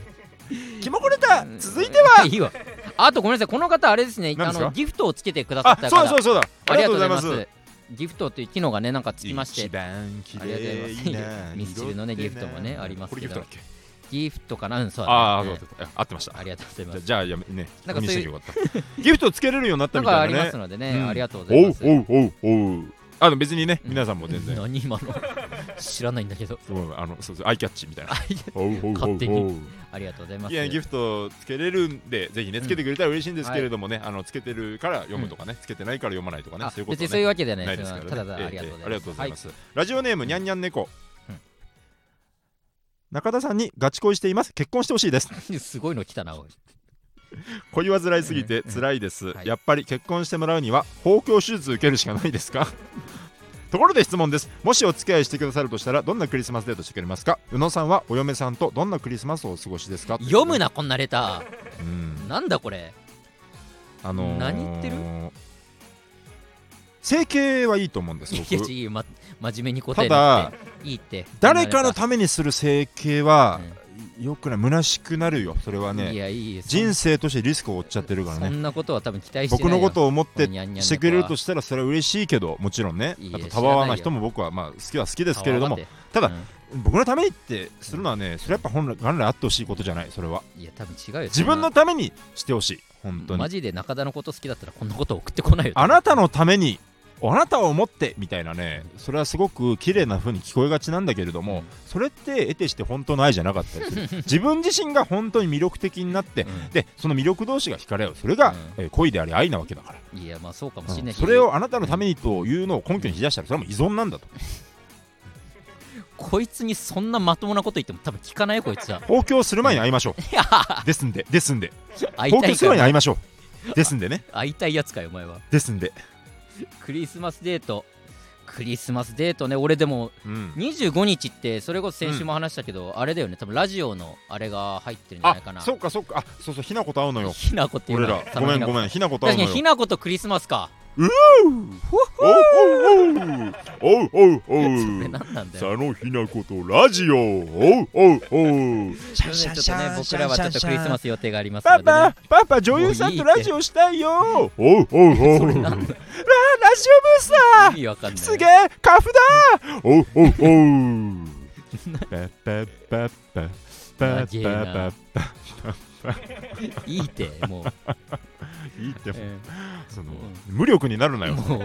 Speaker 2: キモコレタ続いて
Speaker 1: は いいわあとごめんなさいこの方あれですね
Speaker 2: 何
Speaker 1: あ
Speaker 2: ですか
Speaker 1: のギフトをつけてくださっ
Speaker 2: あ
Speaker 1: た
Speaker 2: そ
Speaker 1: か
Speaker 2: うだ
Speaker 1: ら
Speaker 2: そうだそうだ
Speaker 1: ありがとうございま
Speaker 2: ありが
Speaker 1: す。ギフトという機能がね、なんかつきまして
Speaker 2: 一、番綺
Speaker 1: ありがとうござい
Speaker 2: 麗
Speaker 1: ま
Speaker 2: な
Speaker 1: すミスチルのねギフトもねあります
Speaker 2: これ
Speaker 1: け
Speaker 2: ギ
Speaker 1: ど
Speaker 2: フトだっけ
Speaker 1: ギフトかな、うん、そうだね
Speaker 2: ああ
Speaker 1: うん
Speaker 2: そうだそうだ合ってました
Speaker 1: ありがとうございま
Speaker 2: じゃ
Speaker 1: す。
Speaker 2: じゃあやめね
Speaker 1: なん
Speaker 2: お
Speaker 1: かそう
Speaker 2: 店
Speaker 1: い
Speaker 2: に
Speaker 1: う
Speaker 2: 終わ ったギフトつけれるようになった
Speaker 1: なん
Speaker 2: み
Speaker 1: かあ
Speaker 2: たい
Speaker 1: り
Speaker 2: な
Speaker 1: ま
Speaker 2: ね
Speaker 1: すのでね、
Speaker 2: うん
Speaker 1: ありがとうござい
Speaker 2: お
Speaker 1: ま
Speaker 2: う
Speaker 1: す。
Speaker 2: おうおうおうあの別にね皆さんも全然
Speaker 1: 何今の 知らないんだけど、
Speaker 2: ごめんあのそうそうアイキャッチみたいな
Speaker 1: あいや
Speaker 2: おうおうお
Speaker 1: 勝手
Speaker 2: うお
Speaker 1: に
Speaker 2: う
Speaker 1: ありがとうございます。
Speaker 2: いやギフトつけれるんでぜひねつけてくれたら嬉しいんですけれどもね、あのつけてるから読むとかね、つけてないから読まないとかね
Speaker 1: あ
Speaker 2: そういうこ
Speaker 1: 別
Speaker 2: と
Speaker 1: に
Speaker 2: は
Speaker 1: そうい
Speaker 2: ね
Speaker 1: うわけでは
Speaker 2: な
Speaker 1: ない
Speaker 2: い
Speaker 1: で
Speaker 2: です
Speaker 1: す
Speaker 2: からね
Speaker 1: ただただ
Speaker 2: ええ
Speaker 1: ありがとうございます。
Speaker 2: ありがとうございます
Speaker 1: は
Speaker 2: ラジオネームにゃんにゃん猫、
Speaker 1: うん
Speaker 2: 中田さんにガチ恋しています結婚してほしいです
Speaker 1: い すごいの来たな、おい
Speaker 2: 恋は辛いすぎて辛いです、
Speaker 1: はい
Speaker 2: やっぱり結婚してもらうには包協手術受けるしかないですか ところで質問ですもしお付き合いしてくださるとしたらどんなクリスマスデートしてくれますか宇野さんはお嫁さんとどんなクリスマスをお過ごしですか
Speaker 1: 読む
Speaker 2: な、
Speaker 1: な、こんなレタ
Speaker 2: うん
Speaker 1: ー。なんだこれ。
Speaker 2: あのー
Speaker 1: 何言ってる
Speaker 2: 整形はいいと思うんです
Speaker 1: いや、
Speaker 2: 僕
Speaker 1: ちま、真面目に答
Speaker 2: た
Speaker 1: えな
Speaker 2: だ
Speaker 1: くていいって。
Speaker 2: 誰かのためにする整形は
Speaker 1: うん
Speaker 2: 良くない虚しくなるよそれは
Speaker 1: に。い
Speaker 2: ね
Speaker 1: や、いいよそん
Speaker 2: 人生としてリスクを負っちゃってるから
Speaker 1: そ
Speaker 2: ね
Speaker 1: んなことは多分期待してない
Speaker 2: 僕のことを思っ
Speaker 1: この
Speaker 2: て
Speaker 1: にゃんにゃん猫は
Speaker 2: してくれるとしたらそれは嬉しいけどもちろんね
Speaker 1: いいえ
Speaker 2: あとたわ
Speaker 1: 知らな
Speaker 2: わな
Speaker 1: いよ
Speaker 2: 人も僕はまあ好きは好きで
Speaker 1: です
Speaker 2: けれどもただ僕のためにってするのはねそれはやっぱ本来元来あってほしいことじゃないそれはい
Speaker 1: や、多分違うよ。
Speaker 2: 自分のためにしてほしい本当に
Speaker 1: マジで中田のこと好きだったらこんなこと送ってこないよ。
Speaker 2: あなたのためにあなたを思ってみたいなねそれはすごく綺麗な風に聞こえがちなんだけれど
Speaker 1: う
Speaker 2: も、
Speaker 1: ん
Speaker 2: それって得てして本当の愛じゃなかったりす る自分自身が本当に魅力的になって、
Speaker 1: うん
Speaker 2: でその魅力同士が惹かれ合うそれが、
Speaker 1: う
Speaker 2: えー恋であり愛なわけだから、
Speaker 1: いや、まあそうかもしれ
Speaker 2: う
Speaker 1: なんいけ
Speaker 2: そ
Speaker 1: ど、
Speaker 2: れをあなたのためにというのを根拠に引き出したらそれはもう依存なんだと
Speaker 1: こいつにそんなまともなこと言っても多分聞かないよ、こい つは。
Speaker 2: 公共する前に会いましょう、
Speaker 1: いや
Speaker 2: ですんでですんで
Speaker 1: 会いた
Speaker 2: 公共
Speaker 1: い
Speaker 2: する
Speaker 1: か
Speaker 2: 前に
Speaker 1: ら
Speaker 2: 会いましょうですんでね
Speaker 1: 会いたいやつかよ、お前は。
Speaker 2: ですんで
Speaker 1: クリスマスデート。クリスマスデートね俺でも
Speaker 2: うん、
Speaker 1: 25日ってそれこそ先週も話したけど、あれだよね多分ラジオのあれが入ってるんじゃ
Speaker 2: あ
Speaker 1: ないかな
Speaker 2: そっかそっかあそうそうひなこと会うのよ
Speaker 1: ひなこっていう
Speaker 2: 俺
Speaker 1: の
Speaker 2: らごめんごめんひなこと会
Speaker 1: 確か
Speaker 2: うの
Speaker 1: に
Speaker 2: よ
Speaker 1: ひなことクリスマスか それ何
Speaker 2: おうおうおうおうおう
Speaker 1: なんだ
Speaker 2: 佐
Speaker 1: よ
Speaker 2: 野ひなことラジオおうおうおう
Speaker 1: ちょっとね僕らはちょっとクリスマス予定がありますの
Speaker 2: パ
Speaker 1: で、ね、
Speaker 2: パパパ女優さんとラジオしたいよおうおう おうララジオブース
Speaker 1: 意味わかんない
Speaker 2: すげえカフだおうおうおうパパパパパ
Speaker 1: 長えな
Speaker 2: パパ
Speaker 1: いいっても
Speaker 2: いいって
Speaker 1: う、え
Speaker 2: その無力になるな
Speaker 1: ー
Speaker 2: よ
Speaker 1: も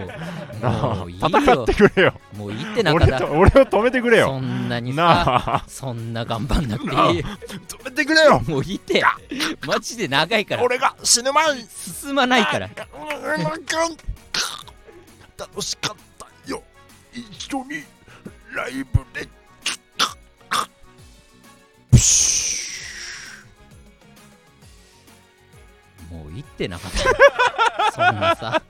Speaker 1: う もういいよ
Speaker 2: 戦ってくれよ
Speaker 1: もういいって中
Speaker 2: 俺
Speaker 1: 田
Speaker 2: と俺を止めてくれよ
Speaker 1: そんなにさ
Speaker 2: なあ
Speaker 1: そんな頑張んなくていい
Speaker 2: 止めてくれよ
Speaker 1: もういいってマジで長いから
Speaker 2: 俺が死ぬ前に
Speaker 1: 進まないから
Speaker 2: 楽しかったよ一緒にライブで
Speaker 1: もういいって中田そんなさ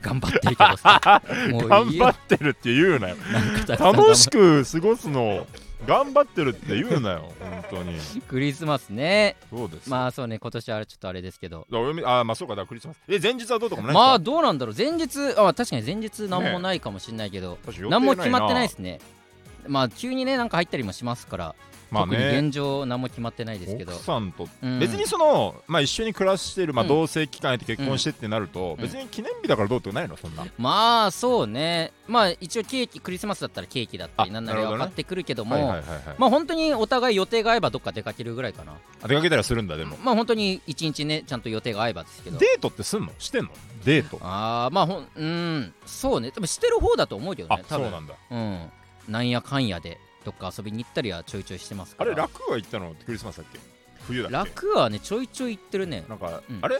Speaker 1: 頑張ってるけどさも
Speaker 2: 頑
Speaker 1: ういい
Speaker 2: 張
Speaker 1: よ
Speaker 2: ってるって言うなよ
Speaker 1: なんか
Speaker 2: 楽し
Speaker 1: く
Speaker 2: く過ごすの頑張ってるって言うなよ本当に
Speaker 1: クリスマスね
Speaker 2: そうです
Speaker 1: まあそうね今年はちょっとあれですけど
Speaker 2: あお嫁あまあそうかだからクリスマスえ前日はどうとかもない
Speaker 1: まあ
Speaker 2: ですか
Speaker 1: どうなんだろう前日あ確かに前日何もないかもしれないけど、
Speaker 2: 確か予定
Speaker 1: 何も決まってないで
Speaker 2: で
Speaker 1: すすねまあ急にねなんか入ったりもしますから、
Speaker 2: まあ
Speaker 1: 特に
Speaker 2: ね
Speaker 1: 現状何も決まってないですけど
Speaker 2: 奥、さんと
Speaker 1: うん
Speaker 2: 別にその、まあ、一緒に暮らしてる、ま
Speaker 1: う
Speaker 2: あ、
Speaker 1: ん
Speaker 2: 同棲期間やって結婚してってなると、
Speaker 1: うん
Speaker 2: 別に記念日だからどうってないのそんな、
Speaker 1: まあそうねまあ一応ケーキクリスマスだったらケーキだったり
Speaker 2: あ
Speaker 1: なんなり
Speaker 2: なるほ
Speaker 1: は
Speaker 2: どね
Speaker 1: 買ってくるけども
Speaker 2: はいはいはいはい、
Speaker 1: まあ本当にお互い予定が合えばどっか出かけるぐらいかな
Speaker 2: あ出かけたりはするんだでも
Speaker 1: まあ本当に一日ねちゃんと予定が合えばですけど
Speaker 2: デートってすんのしてんのデート
Speaker 1: ああまあほんうーんそうね多分してる方だと思うけど
Speaker 2: あ
Speaker 1: ね多
Speaker 2: そう
Speaker 1: 分
Speaker 2: なんだ
Speaker 1: うんなんやかんやでどっか遊びに行ったりはちょいちょいしてます
Speaker 2: あ
Speaker 1: から
Speaker 2: れ楽は行ったのってクリスマスだっけ冬だっけ
Speaker 1: 楽はねちょいちょい行ってるね
Speaker 2: なんか、
Speaker 1: うん
Speaker 2: あれ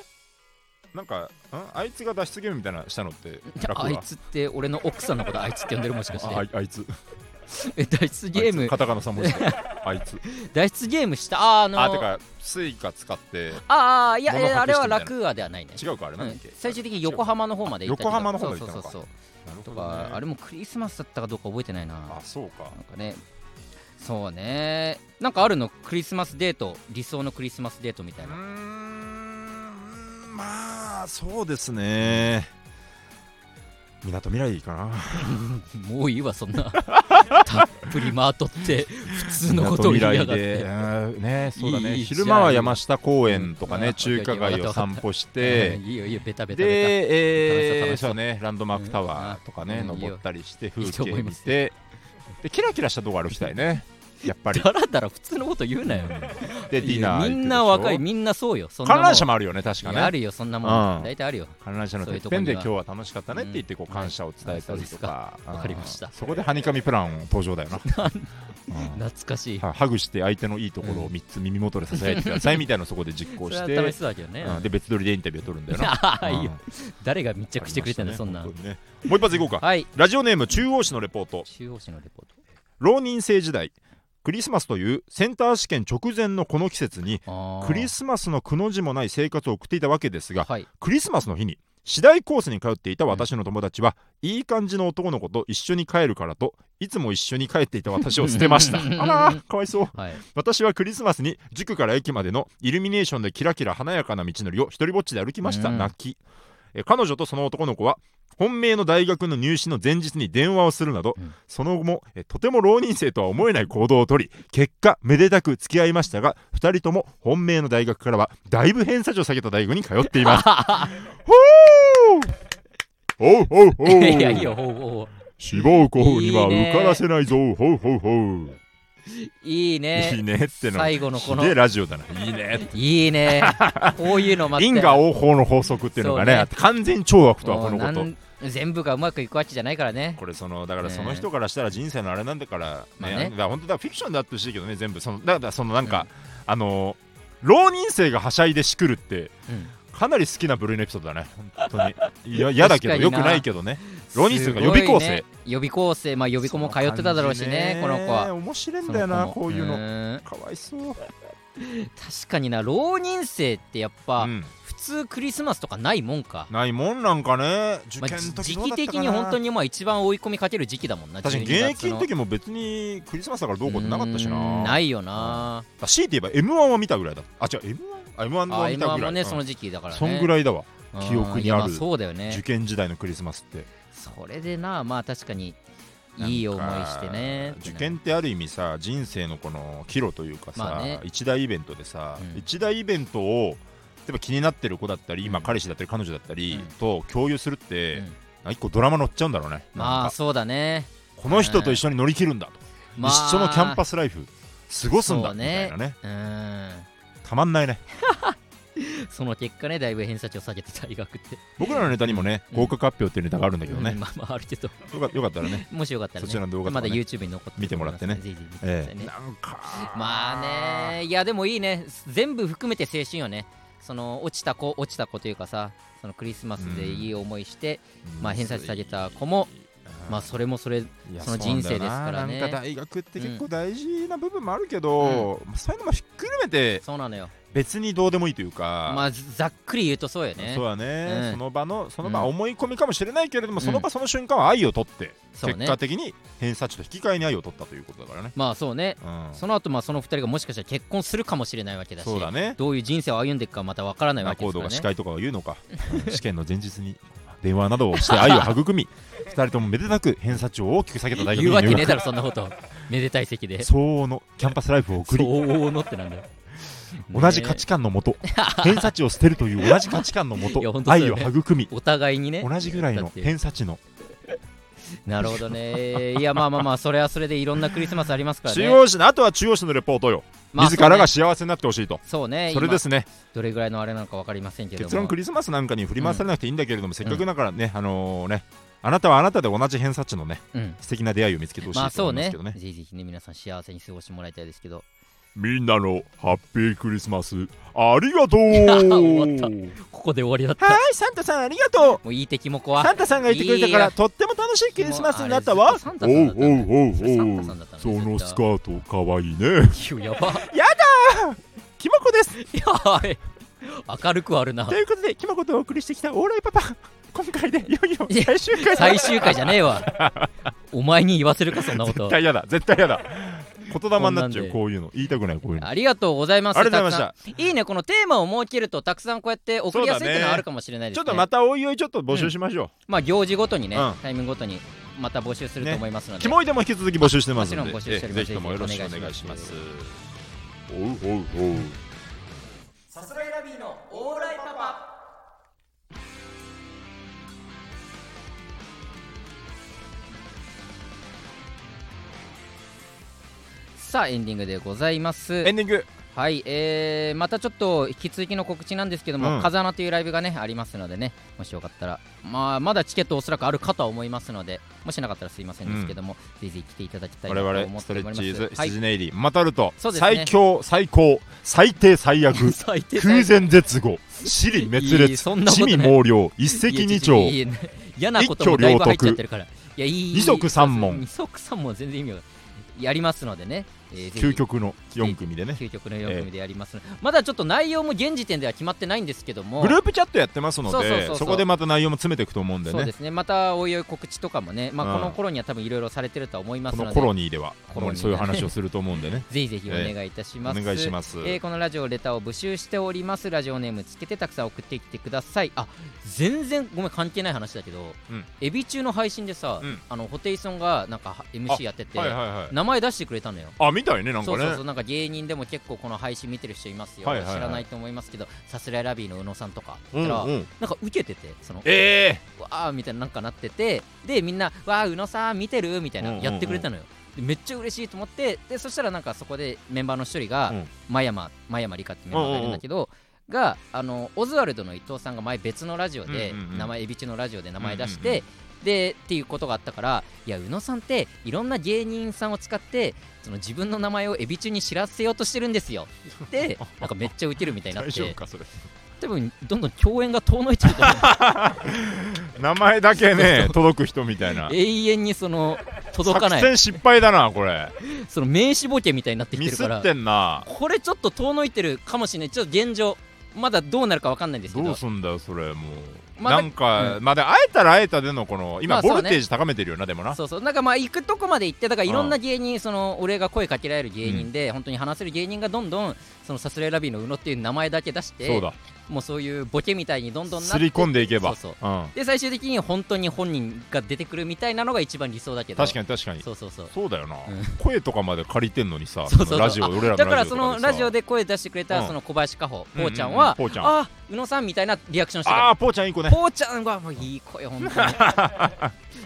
Speaker 2: なんかんあいつが脱出ゲームみたいなのしたのって楽は
Speaker 1: あいつって俺の奥さんのことあいつって呼んでるもしかし
Speaker 2: ああ
Speaker 1: て
Speaker 2: いあいつ
Speaker 1: え脱出ゲー
Speaker 2: あいつ
Speaker 1: ム
Speaker 2: カタカナ3文 字であいつ
Speaker 1: 脱出ゲームしたあーあのー
Speaker 2: あてかスイカ使って
Speaker 1: あーいやい
Speaker 2: 物隠してみたいな
Speaker 1: やあれは楽はではないね
Speaker 2: 違うかあれ
Speaker 1: う
Speaker 2: なんだっ
Speaker 1: ん
Speaker 2: け、
Speaker 1: 最終的に横浜の方まで行ったりとか
Speaker 2: 横浜の方まで行った
Speaker 1: そ
Speaker 2: の
Speaker 1: う
Speaker 2: か
Speaker 1: そうそう
Speaker 2: なる
Speaker 1: と
Speaker 2: ほど、ね
Speaker 1: か、、あれもクリスマスだったかどうか覚えてないな
Speaker 2: あそうか
Speaker 1: なんかねそうねなんかあるのクリスマスデート理想のクリスマスデートみたいう
Speaker 2: ー
Speaker 1: な、
Speaker 2: んまあそうですねみなとみらいかな
Speaker 1: もういいわそん なたっぷり回っとって普 通のことを言いやがっ
Speaker 2: みなとみらいで
Speaker 1: て
Speaker 2: うんねそうだね
Speaker 1: いい
Speaker 2: 昼間は
Speaker 1: じゃあ
Speaker 2: 山下公園とかね、
Speaker 1: うん
Speaker 2: 中華街を散歩し
Speaker 1: う
Speaker 2: て
Speaker 1: ん いいよいいよベタベタベ
Speaker 2: で、え
Speaker 1: 楽
Speaker 2: ー
Speaker 1: しそう楽しそう
Speaker 2: そうね、ランドマークタワーとかね、
Speaker 1: うんうん
Speaker 2: 登ったりして
Speaker 1: いい
Speaker 2: 風
Speaker 1: よいいと思
Speaker 2: 景
Speaker 1: いま
Speaker 2: 見
Speaker 1: す
Speaker 2: てでキラキラしたとこ歩きたいねやっぱ
Speaker 1: タ
Speaker 2: り
Speaker 1: だらだら普通のこと言うなよ
Speaker 2: でディナー行くでしょ
Speaker 1: みんな若いみんなそうよそんなもん
Speaker 2: 観覧車もあるよね確か
Speaker 1: いやあ
Speaker 2: ね
Speaker 1: るよそんなもん、
Speaker 2: うん
Speaker 1: 大体あるよ
Speaker 2: 観覧車の
Speaker 1: そうい
Speaker 2: てっ
Speaker 1: うとこ
Speaker 2: ぺんで
Speaker 1: には
Speaker 2: 今日は楽しかったねって言ってこう
Speaker 1: うん
Speaker 2: 感謝を伝えたりとか
Speaker 1: はいはいそうですか
Speaker 2: うん
Speaker 1: わかりました
Speaker 2: そこではにかみプランを登場だよ なうん
Speaker 1: 懐かしい
Speaker 2: はハグして相手のいいところを3つ耳元で支えてくださいみたいなのをそこで実
Speaker 1: そ
Speaker 2: 行
Speaker 1: れ
Speaker 2: し
Speaker 1: は
Speaker 2: て
Speaker 1: 楽しそうだけどね、
Speaker 2: うんで別撮りでインタビューを取るんだよな
Speaker 1: ああいい
Speaker 2: うん
Speaker 1: よ誰が密着してくれたんだよそんな
Speaker 2: 本当にねもう一発いこうか
Speaker 1: はい
Speaker 2: ラジオネーム中央市のレポート
Speaker 1: 中央市のレポート
Speaker 2: 浪人生時代クリスマスというセンター試験直前のこの季節に
Speaker 1: あー
Speaker 2: クリスマスのくの字もない生活を送っていたわけですが
Speaker 1: はい
Speaker 2: クリスマスの日に次第コースに通っていた私の友達は、いい感じの男の子と一緒に帰るからといつも一緒に帰っていた私を捨てましたあらーかわいそう
Speaker 1: はい
Speaker 2: 私はクリスマスに塾から駅までのイルミネーションでキラキラ華やかな道のりを一人ぼっちで歩きました、
Speaker 1: うん
Speaker 2: 泣きえ彼女とその男の子は本命の大学の入試の前日に電話をするなど、
Speaker 1: うん
Speaker 2: その後もえとても浪人生とは思えない行動をとり結果めでたく付き合いましたが2人とも本命の大学からはだいぶ偏差値を下げた大学に通って いますほうほうほ う
Speaker 1: いやいやいいよほうほう
Speaker 2: 志望校には受からせないぞほうほうほう
Speaker 1: いいね
Speaker 2: いいねっての
Speaker 1: 最後のこの
Speaker 2: ひでえラジオだないいねって
Speaker 1: いいねこういうの待って
Speaker 2: 因果応報の法則っていうのが
Speaker 1: そ
Speaker 2: ね
Speaker 1: うね
Speaker 2: あって完全懲悪とは
Speaker 1: も
Speaker 2: こ
Speaker 1: う
Speaker 2: のこと
Speaker 1: なん全部がうまくいくわけじゃないからね
Speaker 2: これそのだから
Speaker 1: ね
Speaker 2: その人からしたら人生のあれなんだから、ね
Speaker 1: まあね
Speaker 2: だから本当だからフィクションだってほしいけどね全部そのだからそのなんか、あの浪人生がはしゃいでしくるって
Speaker 1: うん
Speaker 2: かなり好きな部類のエピソードだね本当にいや嫌だけど
Speaker 1: 確か
Speaker 2: よ
Speaker 1: に
Speaker 2: く
Speaker 1: な
Speaker 2: ないけどね浪人生が予備校生、
Speaker 1: すごいね予備校生まあ予備校も通ってただろうしね
Speaker 2: そ
Speaker 1: この
Speaker 2: 感じ
Speaker 1: 子は
Speaker 2: 面白いんだよな
Speaker 1: その子
Speaker 2: こ
Speaker 1: も
Speaker 2: ういうの
Speaker 1: ーん
Speaker 2: かわいそう
Speaker 1: 確かにな浪人生ってやっぱ、
Speaker 2: うん
Speaker 1: 普通クリスマスとかないもんか、
Speaker 2: ないもんなんかね受
Speaker 1: まあ、
Speaker 2: 験
Speaker 1: 時
Speaker 2: の時どう
Speaker 1: 期
Speaker 2: だったか
Speaker 1: 的
Speaker 2: な
Speaker 1: に本当にまあ一番追い込みかける時期だもんな
Speaker 2: 確かに現
Speaker 1: 12
Speaker 2: 役の時も別にクリスマスだからどうこうってなかったしな
Speaker 1: うんないよな、
Speaker 2: あ強いて言えば m 1は見たぐらいだあ違う m 1あ m 1
Speaker 1: あ
Speaker 2: は見た
Speaker 1: M1
Speaker 2: ぐ
Speaker 1: も
Speaker 2: らい、
Speaker 1: ね、
Speaker 2: うん
Speaker 1: その時期だからね
Speaker 2: そんぐらいだわ、
Speaker 1: うん
Speaker 2: 記憶にある
Speaker 1: いやまそうだよね
Speaker 2: 受験時代のクリスマスって
Speaker 1: それでなまあ確かにいい思いしてね
Speaker 2: 受験ってある意味さ人生のこの岐路というかさ、
Speaker 1: まあね
Speaker 2: 一大イベントでさ、
Speaker 1: うん
Speaker 2: 一大イベントを例えば気になってる子だったり今
Speaker 1: うん
Speaker 2: 彼氏だったり彼女だったり、
Speaker 1: うん
Speaker 2: と共有するって、
Speaker 1: うん
Speaker 2: あ一個ドラマ乗っちゃうんだろうね、
Speaker 1: ま
Speaker 2: なん
Speaker 1: あ
Speaker 2: か
Speaker 1: そうだね、
Speaker 2: この人と一緒に乗り切るんだと、
Speaker 1: まあ、
Speaker 2: 一緒のキャンパスライフ過ごすんだ
Speaker 1: そう
Speaker 2: み
Speaker 1: ね
Speaker 2: たいなね
Speaker 1: うん
Speaker 2: たまんないね
Speaker 1: その結果ねだいぶ偏差値を下げて大学って、
Speaker 2: 僕らのネタにもね、
Speaker 1: うん
Speaker 2: 合格発表っていうネタがあるんだけどね、
Speaker 1: まあまああるけど
Speaker 2: よかよかった らね、
Speaker 1: もしよかったら、ね、
Speaker 2: そちらの動画と
Speaker 1: ま
Speaker 2: かね
Speaker 1: だ YouTube に残ってると思いますので
Speaker 2: 見
Speaker 1: ぜひぜひ見てください
Speaker 2: ええ
Speaker 1: ね、
Speaker 2: なんか
Speaker 1: まあねいやでもいいね全部含めて青春よねその落ちた子落ちた子というかさそのクリスマスでいい思いして、まあ偏差値下げた子もまあそれもそれ
Speaker 2: いや
Speaker 1: その人生ですからね
Speaker 2: そうなんだよななんか大学って結構大事な部分もあるけど、そういうのもひっくるめて
Speaker 1: そうなのよ
Speaker 2: 別にどうでもいいというか、
Speaker 1: まあざっくり言うとそうよね
Speaker 2: そうだね、
Speaker 1: うん
Speaker 2: その場のその場
Speaker 1: うん
Speaker 2: 思い込みかもしれないけれども、
Speaker 1: うん
Speaker 2: その場その瞬間は愛を取って、
Speaker 1: そうね
Speaker 2: 結果的に偏差値と引き換えに愛を取ったということだからね、
Speaker 1: まあそうね
Speaker 2: うん、
Speaker 1: その後まあその二人がもしかしたら結婚するかもしれないわけだし
Speaker 2: そうだね
Speaker 1: どういう人生を歩んでいくかまたわからないわけ
Speaker 2: 仲
Speaker 1: で
Speaker 2: 人
Speaker 1: すからね
Speaker 2: が司会とかを言うのか うん試験の前日に電話などをして愛を 育み二人ともめでたく偏差値を大きく下げた大学
Speaker 1: 言うわけ
Speaker 2: に
Speaker 1: ね
Speaker 2: 入
Speaker 1: えだ
Speaker 2: 学
Speaker 1: ろそんなことめでたい席 で
Speaker 2: 相応のキャンパスライフを送り
Speaker 1: そうおのってなんだよ
Speaker 2: 同じ価値観 のもと偏差値を捨てるという同じ価値観のもと
Speaker 1: いや本当そう
Speaker 2: 愛
Speaker 1: よ
Speaker 2: を
Speaker 1: ね
Speaker 2: 育み
Speaker 1: お互いにね
Speaker 2: 同じぐらい
Speaker 1: だ
Speaker 2: の
Speaker 1: って
Speaker 2: 偏差値の
Speaker 1: なるほどね。いや、まあまあまあ、それはそれでいろんなクリスマスありますから ね。
Speaker 2: 中央市のあとは中央市のレポートよ
Speaker 1: まあ
Speaker 2: 自らが幸せになってほしいと
Speaker 1: そうね、
Speaker 2: それですね
Speaker 1: 今どれぐらいのあれなのか分かりませんけども。
Speaker 2: 結論クリスマスなんかに振り回されなくていいんだけれどもせっかくだからねあのーねあなたはあなたで同じ偏差値のね
Speaker 1: うん。
Speaker 2: 素敵な出会いを見つけてほし
Speaker 1: まあ
Speaker 2: いと
Speaker 1: そう
Speaker 2: 思いま
Speaker 1: ね、
Speaker 2: す
Speaker 1: ぜ
Speaker 2: けどね
Speaker 1: ひぜひね、皆さん幸せに過ごしてもらいたいですけど。
Speaker 2: みんなのハッピークリスマスあ りがとう
Speaker 1: 終わここで終わりだった。
Speaker 2: いサンタさんありがとう
Speaker 1: もういい敵も怖い。
Speaker 2: タさん
Speaker 1: がいてくれたからいや
Speaker 2: とっても楽しい
Speaker 1: クリスマスになったわもうあれずっとサンタさんだったんだ
Speaker 2: おうおう
Speaker 1: それサ
Speaker 2: おう
Speaker 1: ン
Speaker 2: お
Speaker 1: タ
Speaker 2: う
Speaker 1: さんだったんだ
Speaker 2: そ
Speaker 1: よ
Speaker 2: の
Speaker 1: 絶
Speaker 2: スカ
Speaker 1: 対
Speaker 2: ートかわいいね
Speaker 1: い ややば。
Speaker 2: キマコです
Speaker 1: やばい。明るくはあるな
Speaker 2: と。いうことでキマコとお送りしてきたオーライパパ今回でいよいよ最終回
Speaker 1: 最終回じゃねえわ。お前に言わせるか、そんなこ
Speaker 2: 絶
Speaker 1: と。
Speaker 2: 対やだ絶対やだ言霊
Speaker 1: こ
Speaker 2: になっちゃ
Speaker 1: んなん
Speaker 2: う
Speaker 1: で
Speaker 2: こういうの言いたくないこういうの
Speaker 1: ありがとうございます。
Speaker 2: ありがとうございま
Speaker 1: たくさんいいね、このテーマを設けると、たくさんこうやって送りやすいっていうのはあるかもしれないです
Speaker 2: ちょ
Speaker 1: ね。
Speaker 2: っとまたおいおいちょっと募集しましょ
Speaker 1: まあ行事ごとにね、
Speaker 2: うん
Speaker 1: タイミングごとにまた募集すると思いますの
Speaker 2: う
Speaker 1: で、
Speaker 2: キモいでも引き続き募集してますの
Speaker 1: あ
Speaker 2: で
Speaker 1: もちろん募集しております
Speaker 2: ええぜひともよろしくお願いしますおうおうおう
Speaker 3: さすらいラビーのオーライパパ
Speaker 1: さあエンディングでございます
Speaker 2: エンディング
Speaker 1: はい、えー、またちょっと引き続きの告知なんですけども、
Speaker 2: うん
Speaker 1: 風穴というライブがねありますのでねもしよかったらまあまだチケットおそらくあるかとは思いますのでもしなかったらすいませんですけども、ぜひぜひ来ていただきたいなと
Speaker 2: 我
Speaker 1: 思
Speaker 2: 々
Speaker 1: っ
Speaker 2: スト
Speaker 1: てお
Speaker 2: レ
Speaker 1: りま
Speaker 2: ッ
Speaker 1: す
Speaker 2: チーズ、
Speaker 1: は
Speaker 2: 羊
Speaker 1: い
Speaker 2: ネイリーマタルト、
Speaker 1: そうですね
Speaker 2: 最強最高最低 最悪
Speaker 1: 最低
Speaker 2: 空前絶後私利滅
Speaker 1: いい
Speaker 2: 裂
Speaker 1: そんなこと
Speaker 2: 地
Speaker 1: ない
Speaker 2: 味猛量一石二鳥
Speaker 1: いやいやいや嫌なこともだいぶ入っちゃってるからいやいい
Speaker 2: 二足三問
Speaker 1: 二足三問全然意味がやりますのでね、えーぜひ
Speaker 2: 究極の4組でね
Speaker 1: 究極の4組でやりますので、まだちょっと内容も現時点では決まってないんですけども
Speaker 2: グループチャットやってますので
Speaker 1: そ
Speaker 2: そう
Speaker 1: そうそうそう
Speaker 2: こでまた内容も詰めていくと思うんで
Speaker 1: そうで
Speaker 2: ね
Speaker 1: すねまたおいおい告知とかもね、まあ、
Speaker 2: うん
Speaker 1: この頃には多分いろいろされてるとは思いま
Speaker 2: こ
Speaker 1: すの
Speaker 2: の
Speaker 1: で
Speaker 2: コロニーでは
Speaker 1: コロニー
Speaker 2: そういう話をすると思うんでね
Speaker 1: ぜひぜ ひお願いいたし
Speaker 2: お
Speaker 1: ます、
Speaker 2: 願いします、
Speaker 1: えーこのラジオレターを募集しておりますラジオネームつけてたくさん送ってきてくださいあ全然ごめん関係ない話だけど、
Speaker 2: うん
Speaker 1: エビ中の配信でさ、
Speaker 2: うん
Speaker 1: あのホテイソンがなんかは MC やってて、
Speaker 2: はいはいはい
Speaker 1: 名前出してくれたのよ
Speaker 2: あみたいねなんか
Speaker 1: そ
Speaker 2: ね
Speaker 1: うそうそうなんか芸人でも結構この配信見てる人いますよ、
Speaker 2: はいはいはい
Speaker 1: 知らないと思いますけどさすらいラビーの宇野さんとか、
Speaker 2: うん
Speaker 1: から
Speaker 2: うん
Speaker 1: なんか受けててその
Speaker 2: え
Speaker 1: わーみたいななんかなっててでみんな「わー宇野さん見てる?」みたいな
Speaker 2: うんうんうん
Speaker 1: やってくれたのよ、でめっちゃ嬉しいと思ってでそしたらなんかそこでメンバーの一人が、
Speaker 2: うん
Speaker 1: 真山真山理香ってメンバーがいるんだけど、があのオズワルドの伊藤さんが前別のラジオで、
Speaker 2: うんうんうん
Speaker 1: 名前エビチのラジオで名前出して、
Speaker 2: うんうん
Speaker 1: でっていうことがあったからいや宇野さんっていろんな芸人さんを使ってその自分 の名前をエビチに知らせようとしてるんですよってなんかめっちゃウケるみたい
Speaker 2: ー、
Speaker 1: になっ
Speaker 2: 大丈夫
Speaker 1: て
Speaker 2: かそれ
Speaker 1: 多分どんどん共演が遠のいちゃうと思う
Speaker 2: 名前だ けね届く人みたいな
Speaker 1: 永遠にその届か
Speaker 2: 作
Speaker 1: ない
Speaker 2: 戦失敗だな これ
Speaker 1: その名刺ボケみたいになってき
Speaker 2: ミ
Speaker 1: てる
Speaker 2: ス
Speaker 1: か
Speaker 2: っ
Speaker 1: ら
Speaker 2: てんな
Speaker 1: これちょっと遠のいてるかもしれないちょっと現状まだどうなるかわかんないんですけ
Speaker 2: ど
Speaker 1: ど
Speaker 2: うすんだよそれもう、
Speaker 1: まだ
Speaker 2: なんか、まあでも会えたら会えたでのこの
Speaker 1: ま
Speaker 2: 今
Speaker 1: あそう
Speaker 2: ボ
Speaker 1: ね
Speaker 2: ルテージ高めてるよなでもな、
Speaker 1: そうそうなんかまあ行くとこまで行ってだからいろん
Speaker 2: う
Speaker 1: な芸人その俺が声かけられる芸人で本当に話せる芸人がどんどんそのサスレラビーの宇野っていう名前だけ出して
Speaker 2: そうだ
Speaker 1: もうそういうボケみたいにどんどんなっ
Speaker 2: す
Speaker 1: て
Speaker 2: り込んでいけば
Speaker 1: そう
Speaker 2: うん、
Speaker 1: で最終的に本当に本人が出てくるみたいなのが一番理想だけど
Speaker 2: 確か
Speaker 1: に
Speaker 2: に確かに
Speaker 1: そうそうそう
Speaker 2: そうだよな、
Speaker 1: うん
Speaker 2: 声とかまで借りてんのにさ
Speaker 1: そうそうそう
Speaker 2: のラジオ
Speaker 1: あ
Speaker 2: 俺らのラジオ
Speaker 1: だからそのラジオ
Speaker 2: で
Speaker 1: で声出してくれ
Speaker 2: う
Speaker 1: た
Speaker 2: ん
Speaker 1: その小林果歩
Speaker 2: うん
Speaker 1: ぽーちゃんは
Speaker 2: うんうんぽーちゃん
Speaker 1: あ宇野さんみたいなリアクションして
Speaker 2: あ
Speaker 1: た
Speaker 2: あぽーちゃんいい子ね
Speaker 1: ぽーちゃんはもういい声本当に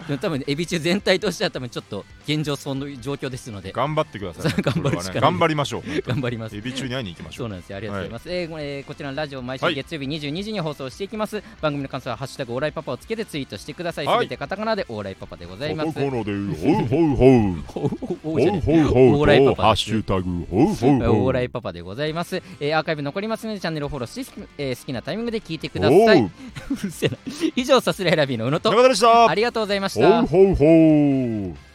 Speaker 1: でも多分エビ中全体としては多分ちょっと現状その状況ですので
Speaker 2: 頑張ってください、
Speaker 1: そう 頑張るしかない
Speaker 2: これはね頑張りましょう本当に
Speaker 1: 頑張ります
Speaker 2: エビ中に会いに行きましょ
Speaker 1: そううなんですよありがとうございます、えーこれえーこちらのラジオ毎週月曜日22時に放送していきます、番組の感想は「ハッシュタグオーライパパ」をつけてツイートしてくださいす
Speaker 2: はい
Speaker 1: べてカタカナでオーライパパでございま
Speaker 2: こ
Speaker 1: す
Speaker 2: のコーナーでほうほうほう
Speaker 1: ほうほうほ
Speaker 2: ほ
Speaker 1: うじゃね
Speaker 2: う
Speaker 1: え
Speaker 2: ほうほう
Speaker 1: オーライパパです
Speaker 2: ハッシュタグほうほうほう
Speaker 1: オーライパパでございます、えーアーカイブ残りますのでチャンネルをフォローして、えー好きなタイミングで聞いてくだ
Speaker 2: ほう
Speaker 1: さい うるせえな以上さすらいラビーの宇野と
Speaker 2: 中田でした
Speaker 1: ありがとうございました
Speaker 2: ほうほうほう